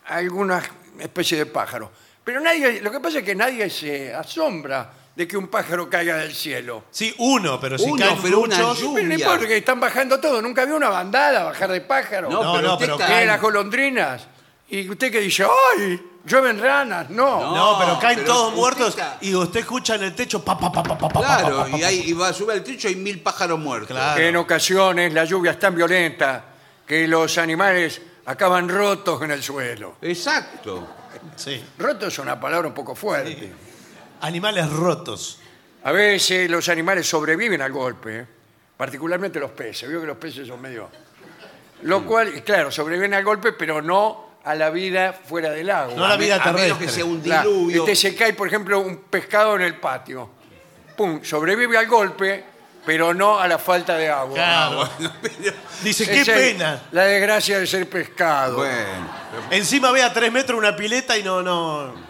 Speaker 1: algunas especies de pájaros. Pero nadie, lo que pasa es que nadie se asombra de que un pájaro caiga del cielo.
Speaker 2: Sí, uno, pero si
Speaker 3: Uno,
Speaker 2: caen
Speaker 3: pero una
Speaker 2: muchos.
Speaker 3: lluvia.
Speaker 1: Pero no importa, porque están bajando todo. Nunca vio una bandada bajar de pájaros.
Speaker 2: No, no,
Speaker 3: usted
Speaker 2: pero
Speaker 3: está-
Speaker 1: Tiene las golondrinas. Y usted que dice, ¡ay! Llueven ranas. No.
Speaker 2: No, pero caen
Speaker 3: pero
Speaker 2: todos
Speaker 3: usted
Speaker 2: muertos
Speaker 3: está-
Speaker 2: y usted escucha en el techo pa pa pa pa pa pa, pa, pa, pa,
Speaker 3: Claro,
Speaker 2: pa.
Speaker 3: y, ahí y va, sube al techo y hay mil pájaros muertos.
Speaker 2: Claro.
Speaker 1: En ocasiones la lluvia es tan violenta que los animales acaban rotos en el suelo.
Speaker 3: Exacto.
Speaker 2: Sí.
Speaker 1: Roto es una palabra un poco fuerte.
Speaker 2: Animales rotos.
Speaker 1: A veces los animales sobreviven al golpe, ¿eh? particularmente los peces. Veo que los peces son medio.
Speaker 2: Mm.
Speaker 1: Lo cual, claro, sobreviven al golpe, pero no a la vida fuera del agua.
Speaker 2: No a la
Speaker 3: A me-
Speaker 2: vida
Speaker 3: a menos
Speaker 2: terrestre.
Speaker 3: que sea un
Speaker 1: Claro,
Speaker 3: diluvio.
Speaker 1: este se cae, por ejemplo, un pescado en el patio. Pum, sobrevive al golpe, pero no a la falta de agua.
Speaker 2: Claro.
Speaker 3: Bueno, pero-
Speaker 2: Dice,
Speaker 1: Esa
Speaker 2: qué
Speaker 1: es
Speaker 2: pena.
Speaker 1: La desgracia de ser pescado.
Speaker 3: Bueno,
Speaker 2: Encima ve a tres metros una pileta y no, no.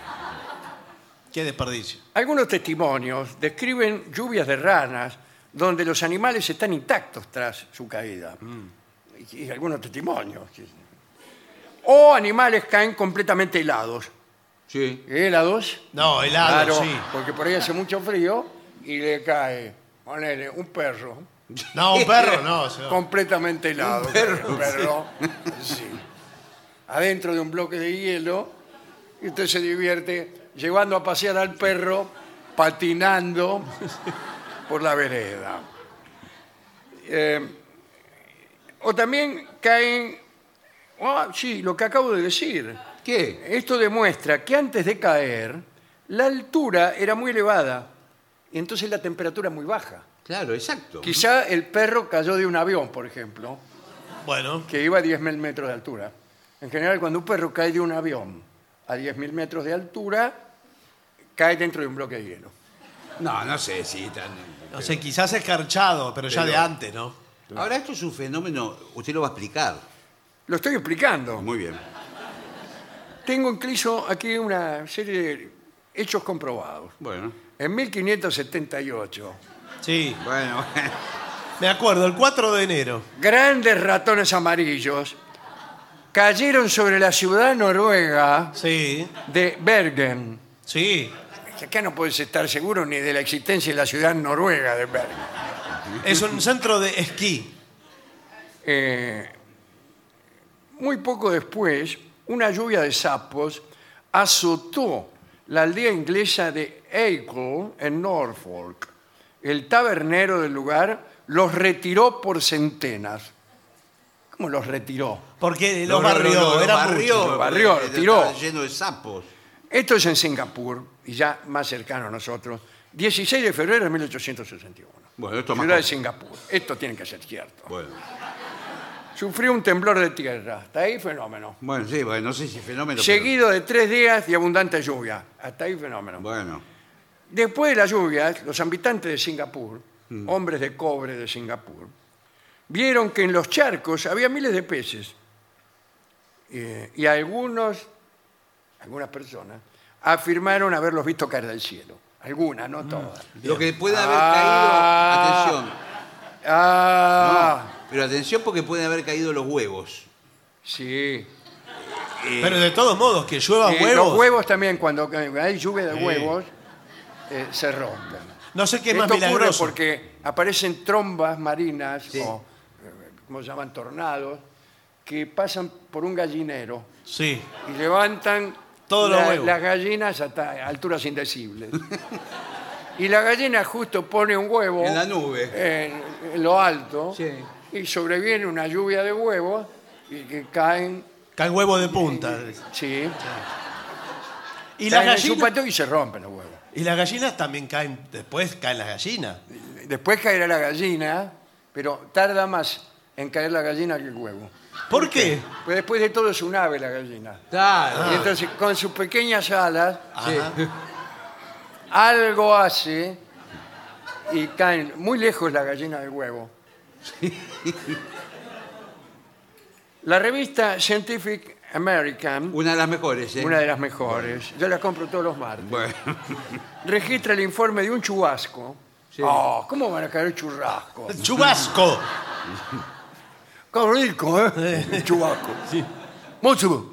Speaker 2: Qué desperdicio.
Speaker 1: Algunos testimonios describen lluvias de ranas donde los animales están intactos tras su caída. Y, y algunos testimonios. sí. O animales caen completamente helados.
Speaker 3: sí.
Speaker 1: ¿Eh, ¿Helados?
Speaker 2: No, helado,
Speaker 1: Claro,
Speaker 2: sí.
Speaker 1: porque por ahí hace mucho frío y le cae ponele, un perro
Speaker 2: No, un perro no. señor.
Speaker 1: completamente helado.
Speaker 3: perro,
Speaker 1: un perro, sí. Adentro de un bloque de hielo, y usted se divierte llevando a pasear al perro patinando por la vereda. Eh, o también caen. Ah, sí, lo que acabo de decir.
Speaker 3: ¿Qué?
Speaker 1: Esto demuestra que antes de caer, la altura era muy elevada y entonces la temperatura muy baja.
Speaker 3: Claro, exacto.
Speaker 1: Quizá el perro cayó de un avión, por ejemplo,
Speaker 2: Bueno,
Speaker 1: que iba a 10.000 metros de altura. En general, cuando un perro cae de un avión a 10.000 metros de altura, cae dentro de un bloque de hielo.
Speaker 3: No, no sé si tan.
Speaker 2: no sé, quizás escarchado, pero ya de antes, ¿no?
Speaker 3: Ahora, esto es un fenómeno, usted lo va a explicar.
Speaker 1: Lo estoy explicando.
Speaker 3: Muy bien.
Speaker 1: Tengo incluso aquí una serie de hechos comprobados.
Speaker 3: Bueno.
Speaker 1: En 1578,
Speaker 2: Sí,
Speaker 3: Bueno,
Speaker 2: me acuerdo, el 4 de enero.
Speaker 1: grandes ratones amarillos cayeron sobre la ciudad noruega
Speaker 2: Sí,
Speaker 1: de Bergen.
Speaker 2: sí.
Speaker 1: Acá no puedes estar seguro ni de la existencia de la ciudad noruega de Bergen.
Speaker 2: Es un centro de esquí.
Speaker 1: Eh, muy poco después, una lluvia de sapos azotó la aldea inglesa de Acle, en Norfolk. El tabernero del lugar los retiró por centenas. ¿Cómo los retiró?
Speaker 2: Porque
Speaker 3: No,
Speaker 2: los
Speaker 3: no, no,
Speaker 2: barrió,
Speaker 3: no, los
Speaker 2: eran
Speaker 3: barrió,
Speaker 2: muchos.
Speaker 1: los barrió,
Speaker 3: porque
Speaker 1: tiró.
Speaker 3: estaba lleno de sapos.
Speaker 1: Esto es en Singapur, y ya más cercano a nosotros, 16 de febrero de 1861.
Speaker 3: Bueno, esto es más
Speaker 1: Ciudad de
Speaker 3: corto.
Speaker 1: Singapur. Esto tiene que ser cierto.
Speaker 3: Bueno.
Speaker 1: Sufrió un temblor de tierra. Hasta ahí fenómeno.
Speaker 3: Bueno, sí, bueno, no sé si fenómeno. pero-
Speaker 1: Seguido de tres días de abundante lluvia. Hasta ahí fenómeno.
Speaker 3: Bueno.
Speaker 1: Después de las lluvias, los habitantes de Singapur,
Speaker 3: Mm.
Speaker 1: hombres de cobre de Singapur, vieron que en los charcos había miles de peces. Eh, y algunos, algunas personas, afirmaron haberlos visto caer del cielo. Algunas,
Speaker 3: Mm.
Speaker 1: no todas.
Speaker 3: Lo que puede haber
Speaker 1: Ah.
Speaker 3: caído. Atención.
Speaker 1: Ah,
Speaker 3: No, pero atención porque pueden haber caído los huevos.
Speaker 1: sí.
Speaker 2: Pero de todos modos, que llueva
Speaker 1: Eh,
Speaker 2: huevos.
Speaker 1: Los huevos también, cuando hay lluvia de huevos, eh, se rompen.
Speaker 2: No sé qué es
Speaker 1: Esto
Speaker 2: más
Speaker 1: ocurre
Speaker 2: milagroso.
Speaker 1: porque aparecen trombas marinas o, eh, como se llaman, tornados, que pasan por un gallinero
Speaker 2: Sí.
Speaker 1: y levantan
Speaker 2: Todos los
Speaker 1: la-
Speaker 2: huevos.
Speaker 1: las gallinas hasta alturas indecibles. y la gallina justo pone un huevo
Speaker 3: En la nube.
Speaker 1: en, en lo alto
Speaker 3: Sí.
Speaker 1: y sobreviene una lluvia de huevos y que caen,
Speaker 2: Cae huevo de punta.
Speaker 1: sí,
Speaker 2: Y
Speaker 1: caen
Speaker 2: las,
Speaker 1: en su
Speaker 2: gallinas,
Speaker 1: patio y se rompen los huevos.
Speaker 2: y las gallinas también caen, después caen las gallinas.
Speaker 1: Después caerá la gallina, pero tarda más en caer la gallina que el huevo.
Speaker 2: ¿Por qué?
Speaker 1: Pues después de todo es un ave la gallina.
Speaker 3: Claro.
Speaker 1: Y entonces con sus pequeñas alas
Speaker 2: Ajá.
Speaker 1: algo hace y caen muy lejos la gallina del huevo. La revista Scientific American,
Speaker 3: Una de las mejores, ¿eh?
Speaker 1: una de las mejores, yo la compro todos los martes,
Speaker 3: Bueno.
Speaker 1: registra el informe de un chubasco. Oh, ¿cómo van a caer churrascos?
Speaker 2: Chubasco.
Speaker 1: Qué rico, ¿eh? Un chubasco. Mucho.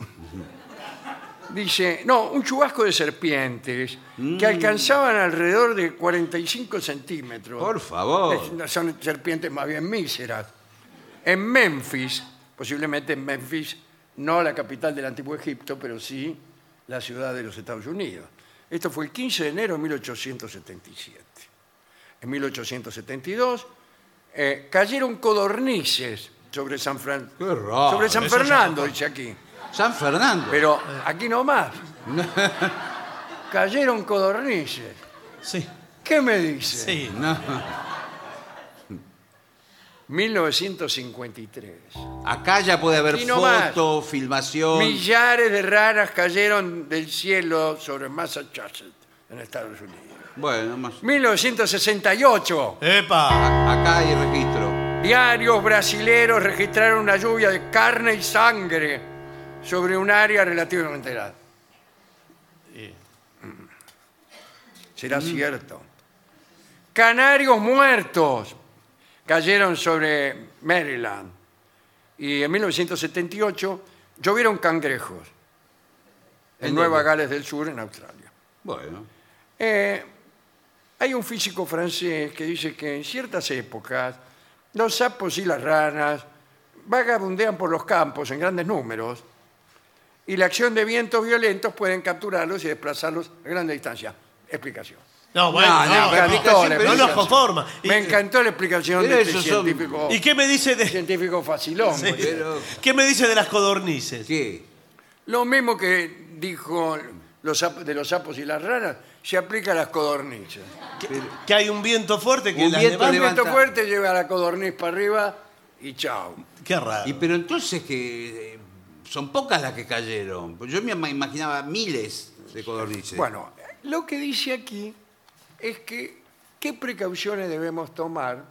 Speaker 1: Dice, no, un chubasco de serpientes que alcanzaban alrededor de 45 centímetros.
Speaker 3: Por favor.
Speaker 1: Es- no, son serpientes más bien míseras. En Memphis, posiblemente en Memphis, no la capital del antiguo Egipto, pero sí la ciudad de los Estados Unidos. Esto fue el 15 de enero de 1877. En 1872 eh, cayeron codornices sobre San, Fran-
Speaker 3: Qué raro,
Speaker 1: sobre San
Speaker 2: Ah, eso ya
Speaker 1: Fernando,
Speaker 2: no-
Speaker 1: dice aquí.
Speaker 3: San Fernando.
Speaker 1: Pero aquí nomás. cayeron codornices.
Speaker 2: Sí.
Speaker 1: ¿Qué me dice?
Speaker 2: Sí.
Speaker 3: No.
Speaker 1: 1953.
Speaker 3: Acá ya puede haber
Speaker 1: Y no más.
Speaker 3: foto, filmación.
Speaker 1: Millares de ranas cayeron del cielo sobre Massachusetts, en Estados Unidos.
Speaker 3: Bueno, más.
Speaker 1: 1968.
Speaker 2: Epa.
Speaker 3: A- Acá hay registro.
Speaker 1: Diarios brasileros registraron una lluvia de carne y sangre sobre un área relativamente grande. Mm. Será cierto. Canarios muertos cayeron sobre Maryland. Y en 1978 llovieron cangrejos en
Speaker 3: ¿En
Speaker 1: Nueva
Speaker 3: dónde?
Speaker 1: Gales del Sur, en Australia.
Speaker 3: Bueno.
Speaker 1: Eh, Hay un físico francés que dice que en ciertas épocas los sapos y las ranas vagabundean por los campos en grandes números y la acción de vientos violentos pueden capturarlos y desplazarlos a grandes distancias. Explicación.
Speaker 2: No, bueno, no,
Speaker 3: No, no,
Speaker 1: Me encantó
Speaker 3: explicación,
Speaker 1: la
Speaker 3: pero
Speaker 2: no nos
Speaker 1: explicación.
Speaker 2: conforma. Y-
Speaker 1: Me encantó la explicación
Speaker 3: Pero
Speaker 1: de este
Speaker 3: esos son-
Speaker 1: científico,
Speaker 2: ¿Y qué me dice de,
Speaker 1: científico facilón.
Speaker 2: Sí.
Speaker 1: porque-
Speaker 3: Pero-
Speaker 2: qué me dice de las codornices?
Speaker 3: ¿Qué?
Speaker 1: Lo mismo que dijo los sap- de los sapos y las ranas, se aplica a las codornices.
Speaker 2: Que, que hay un viento fuerte que
Speaker 3: Un
Speaker 2: las
Speaker 3: viento
Speaker 1: Un
Speaker 2: levanta.
Speaker 3: levanta-
Speaker 1: viento fuerte lleva a la codorniz para arriba y chao.
Speaker 2: Qué raro.
Speaker 3: Y pero entonces que eh, son pocas las que cayeron. Pues Yo me ima- imaginaba miles de codornices.
Speaker 1: Bueno, lo que dice aquí es que qué precauciones debemos tomar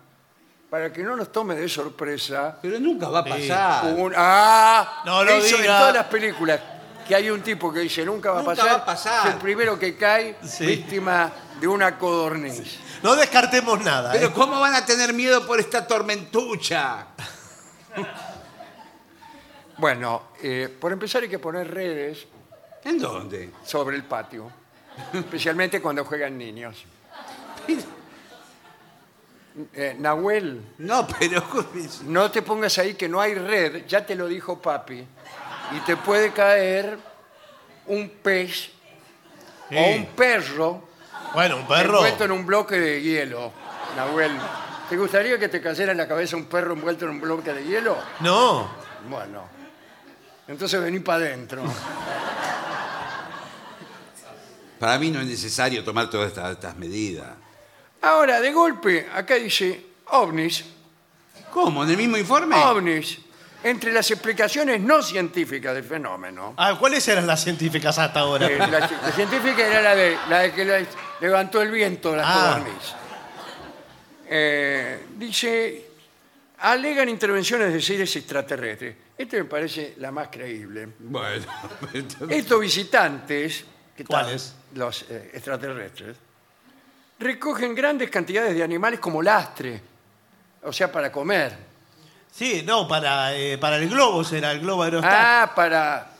Speaker 1: para que no nos tome de sorpresa
Speaker 3: Pero nunca va a pasar.
Speaker 1: un... ¡Ah!
Speaker 2: No lo
Speaker 1: Eso en
Speaker 2: diga.
Speaker 1: todas las películas, que hay un tipo que dice nunca va,
Speaker 3: Nunca
Speaker 1: a, pasar,
Speaker 3: va a pasar.
Speaker 1: es el primero que cae
Speaker 2: Sí.
Speaker 1: víctima de una codorniz.
Speaker 2: No descartemos nada. ¿eh?
Speaker 3: Pero ¿cómo van a tener miedo por esta tormentucha?
Speaker 1: Bueno, eh, por empezar hay que poner redes
Speaker 3: ¿En dónde?
Speaker 1: sobre el patio, especialmente cuando juegan niños. Eh, Nahuel,
Speaker 3: No, pero...
Speaker 1: no te pongas ahí que no hay red, ya te lo dijo papi, y te puede caer un pez
Speaker 2: Sí.
Speaker 1: o un perro,
Speaker 2: Bueno, un perro.
Speaker 1: envuelto en un bloque de hielo. Nahuel, ¿te gustaría que te cayera en la cabeza un perro envuelto en un bloque de hielo?
Speaker 2: No.
Speaker 1: Bueno, entonces vení para adentro.
Speaker 3: Para mí no es necesario tomar todas estas, estas medidas.
Speaker 1: Ahora, de golpe, acá dice ovnis,
Speaker 3: ¿Cómo? ¿En el mismo informe?
Speaker 1: ovnis, entre las explicaciones no científicas del fenómeno.
Speaker 2: Ah, ¿cuáles eran las científicas hasta ahora?
Speaker 1: eh, la, la científica era la de, la de que la- levantó el viento las
Speaker 2: Ah.
Speaker 1: codorniz. Eh, dice, alegan intervenciones de seres extraterrestres. Este me parece la más creíble.
Speaker 3: Bueno.
Speaker 1: Estos visitantes, que tal?
Speaker 2: ¿Cuáles?
Speaker 1: los eh, extraterrestres, recogen grandes cantidades de animales como lastre, o sea, para comer.
Speaker 2: Sí, no, para, eh, para el globo será el globo aerostático.
Speaker 1: Ah, para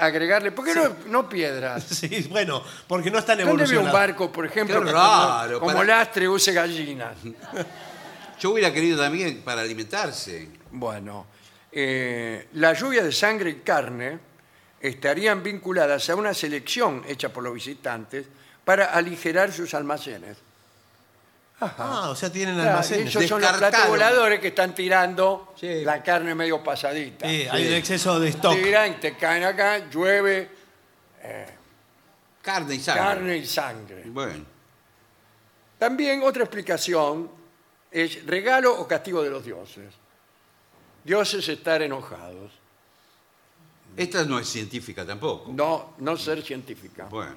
Speaker 1: agregarle. ¿Por qué no, no piedras?
Speaker 2: Sí, bueno, porque no están
Speaker 1: ¿Dónde ve un
Speaker 2: evolucionando.
Speaker 1: barco, por ejemplo,
Speaker 3: Qué
Speaker 1: que
Speaker 3: raro,
Speaker 1: como, como
Speaker 3: para-
Speaker 1: lastre use gallinas?
Speaker 3: Yo hubiera querido también para alimentarse.
Speaker 1: Bueno, eh, la lluvia de sangre y carne estarían vinculadas a una selección hecha por los visitantes para aligerar sus almacenes.
Speaker 2: Ah, o sea, tienen
Speaker 1: Claro,
Speaker 2: almacenes.
Speaker 1: ellos son los platos
Speaker 3: Descartaron.
Speaker 1: voladores que están tirando
Speaker 3: Sí.
Speaker 1: la carne medio pasadita.
Speaker 2: Sí, hay un exceso de stock.
Speaker 1: Tiran, te caen acá, llueve
Speaker 3: Carne y sangre.
Speaker 1: carne y sangre.
Speaker 3: Bueno.
Speaker 1: También otra explicación es regalo o castigo de los dioses. Dioses estar enojados,
Speaker 3: Esta no es científica tampoco.
Speaker 1: no, no ser científica.
Speaker 3: Bueno.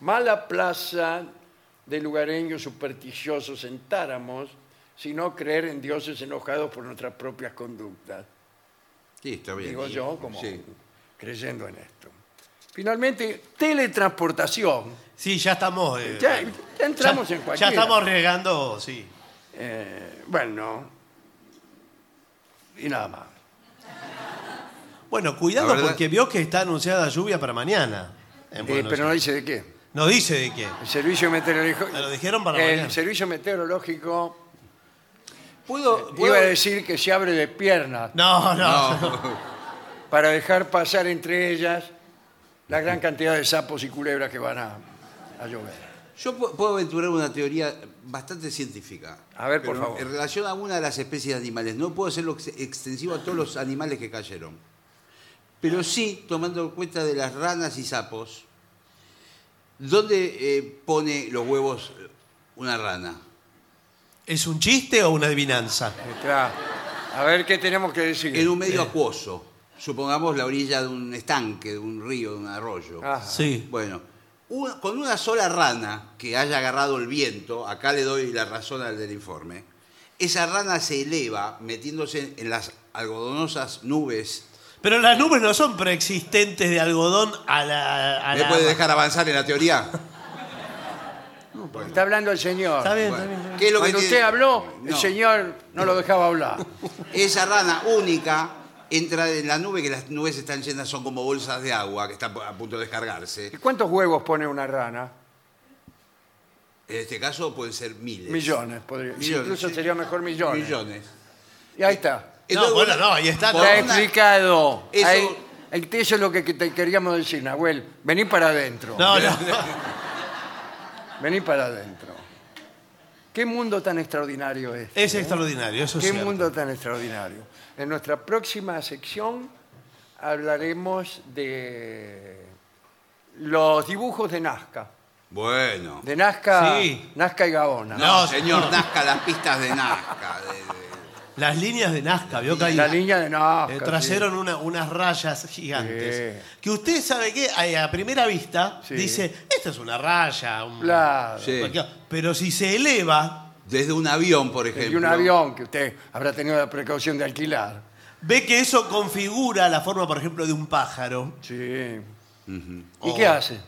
Speaker 1: Mala plaza de lugareños supersticiosos en Táramos, sino creer en dioses enojados por nuestras propias conductas.
Speaker 3: Sí, está bien.
Speaker 1: Digo yo, como
Speaker 3: Sí.
Speaker 1: creyendo en esto. Finalmente, teletransportación.
Speaker 2: Sí, ya estamos. eh,
Speaker 1: Ya- ya entramos
Speaker 2: ya-
Speaker 1: en cualquiera.
Speaker 2: Ya estamos regando, sí.
Speaker 1: Eh, bueno, y nada más.
Speaker 2: Bueno, cuidado
Speaker 3: La verdad-
Speaker 2: porque vio que está anunciada lluvia para mañana. en
Speaker 1: Eh,
Speaker 2: Buenos
Speaker 1: pero no
Speaker 2: Aires.
Speaker 1: dice de qué.
Speaker 2: no dice de qué.
Speaker 1: El servicio meteorológico.
Speaker 2: Me lo dijeron para
Speaker 1: El
Speaker 2: mañana.
Speaker 1: servicio meteorológico
Speaker 3: ¿Puedo, puedo-
Speaker 1: iba a decir que se abre de piernas
Speaker 2: No, no.
Speaker 3: No.
Speaker 1: para dejar pasar entre ellas la gran cantidad de sapos y culebras que van a, a llover.
Speaker 3: Yo pu- puedo aventurar una teoría bastante científica.
Speaker 1: A ver, por
Speaker 3: Pero
Speaker 1: favor.
Speaker 3: En relación a una de las especies de animales. No puedo hacerlo ex- extensivo a todos los animales que cayeron. Pero sí, tomando en cuenta de las ranas y sapos, ¿dónde eh, pone los huevos una rana?
Speaker 2: ¿Es un chiste o una adivinanza?
Speaker 1: Eh, claro. A ver qué tenemos que decir.
Speaker 3: En un medio acuoso. Supongamos la orilla de un estanque, de un río, de un arroyo.
Speaker 1: Ajá.
Speaker 2: Sí.
Speaker 3: Bueno, una- con una sola rana que haya agarrado el viento, acá le doy la razón al del informe, esa rana se eleva metiéndose en las algodonosas nubes.
Speaker 2: Pero las nubes no son preexistentes de algodón a la. a
Speaker 3: ¿Me
Speaker 2: la-
Speaker 3: puede dejar avanzar en la teoría?
Speaker 1: Está hablando el señor.
Speaker 2: Está bien, está bien, está
Speaker 3: Bueno,
Speaker 2: bien.
Speaker 3: ¿qué es lo que
Speaker 1: Cuando
Speaker 3: tiene?
Speaker 1: usted habló, el
Speaker 3: No.
Speaker 1: señor no lo dejaba hablar.
Speaker 3: Esa rana única entra en la nube, que las nubes están llenas, son como bolsas de agua que están a punto de
Speaker 1: ¿Y
Speaker 3: descargarse.
Speaker 1: cuántos huevos pone una rana?
Speaker 3: En este caso pueden ser miles.
Speaker 1: Millones, podría.
Speaker 3: Millones,
Speaker 1: Incluso
Speaker 3: sí.
Speaker 1: sería mejor millones.
Speaker 3: Millones.
Speaker 1: Y ahí está.
Speaker 2: No, bueno, no, ahí está,
Speaker 3: por
Speaker 2: no.
Speaker 1: Está
Speaker 3: una-
Speaker 1: explicado.
Speaker 3: Eso-
Speaker 1: Ahí- ahí te- eso es lo que que te queríamos decir, Nahuel. Vení para adentro.
Speaker 2: No, no.
Speaker 1: Vení para adentro. ¿Qué mundo tan extraordinario es?
Speaker 2: Es extraordinario, eso es
Speaker 1: ¿Qué
Speaker 2: cierto.
Speaker 1: mundo tan extraordinario? En nuestra próxima sección hablaremos de los dibujos de Nazca.
Speaker 3: Bueno.
Speaker 1: De Nazca,
Speaker 2: Sí.
Speaker 1: Nazca y Gaona.
Speaker 2: No,
Speaker 3: No, señor
Speaker 2: no.
Speaker 3: Nazca, las pistas de Nazca. de- de-
Speaker 2: Las líneas de Nazca, vio que hay-
Speaker 1: La línea de Nazca.
Speaker 2: Eh,
Speaker 1: sí.
Speaker 2: trajeron una- unas rayas gigantes.
Speaker 1: Sí.
Speaker 2: Que usted sabe que eh, a, a primera vista
Speaker 1: Sí.
Speaker 2: dice, esta es una raya, un-
Speaker 1: Claro.
Speaker 3: Sí.
Speaker 2: cualquier-". pero si se eleva,
Speaker 3: Desde un avión, por ejemplo.
Speaker 1: Y un avión que usted habrá tenido la precaución de alquilar.
Speaker 2: ve que eso configura la forma, por ejemplo, de un pájaro.
Speaker 1: Sí. ¿Y qué
Speaker 2: Oh.
Speaker 1: hace?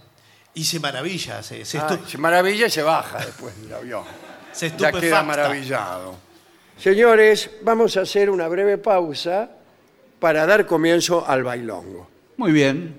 Speaker 2: Y se maravilla, se, se,
Speaker 1: Ah,
Speaker 2: estu-
Speaker 1: se maravilla y se baja después del avión.
Speaker 2: se
Speaker 1: Ya
Speaker 2: estupefacta.
Speaker 1: queda maravillado. Señores, vamos a hacer una breve pausa para dar comienzo al bailongo.
Speaker 4: Muy bien.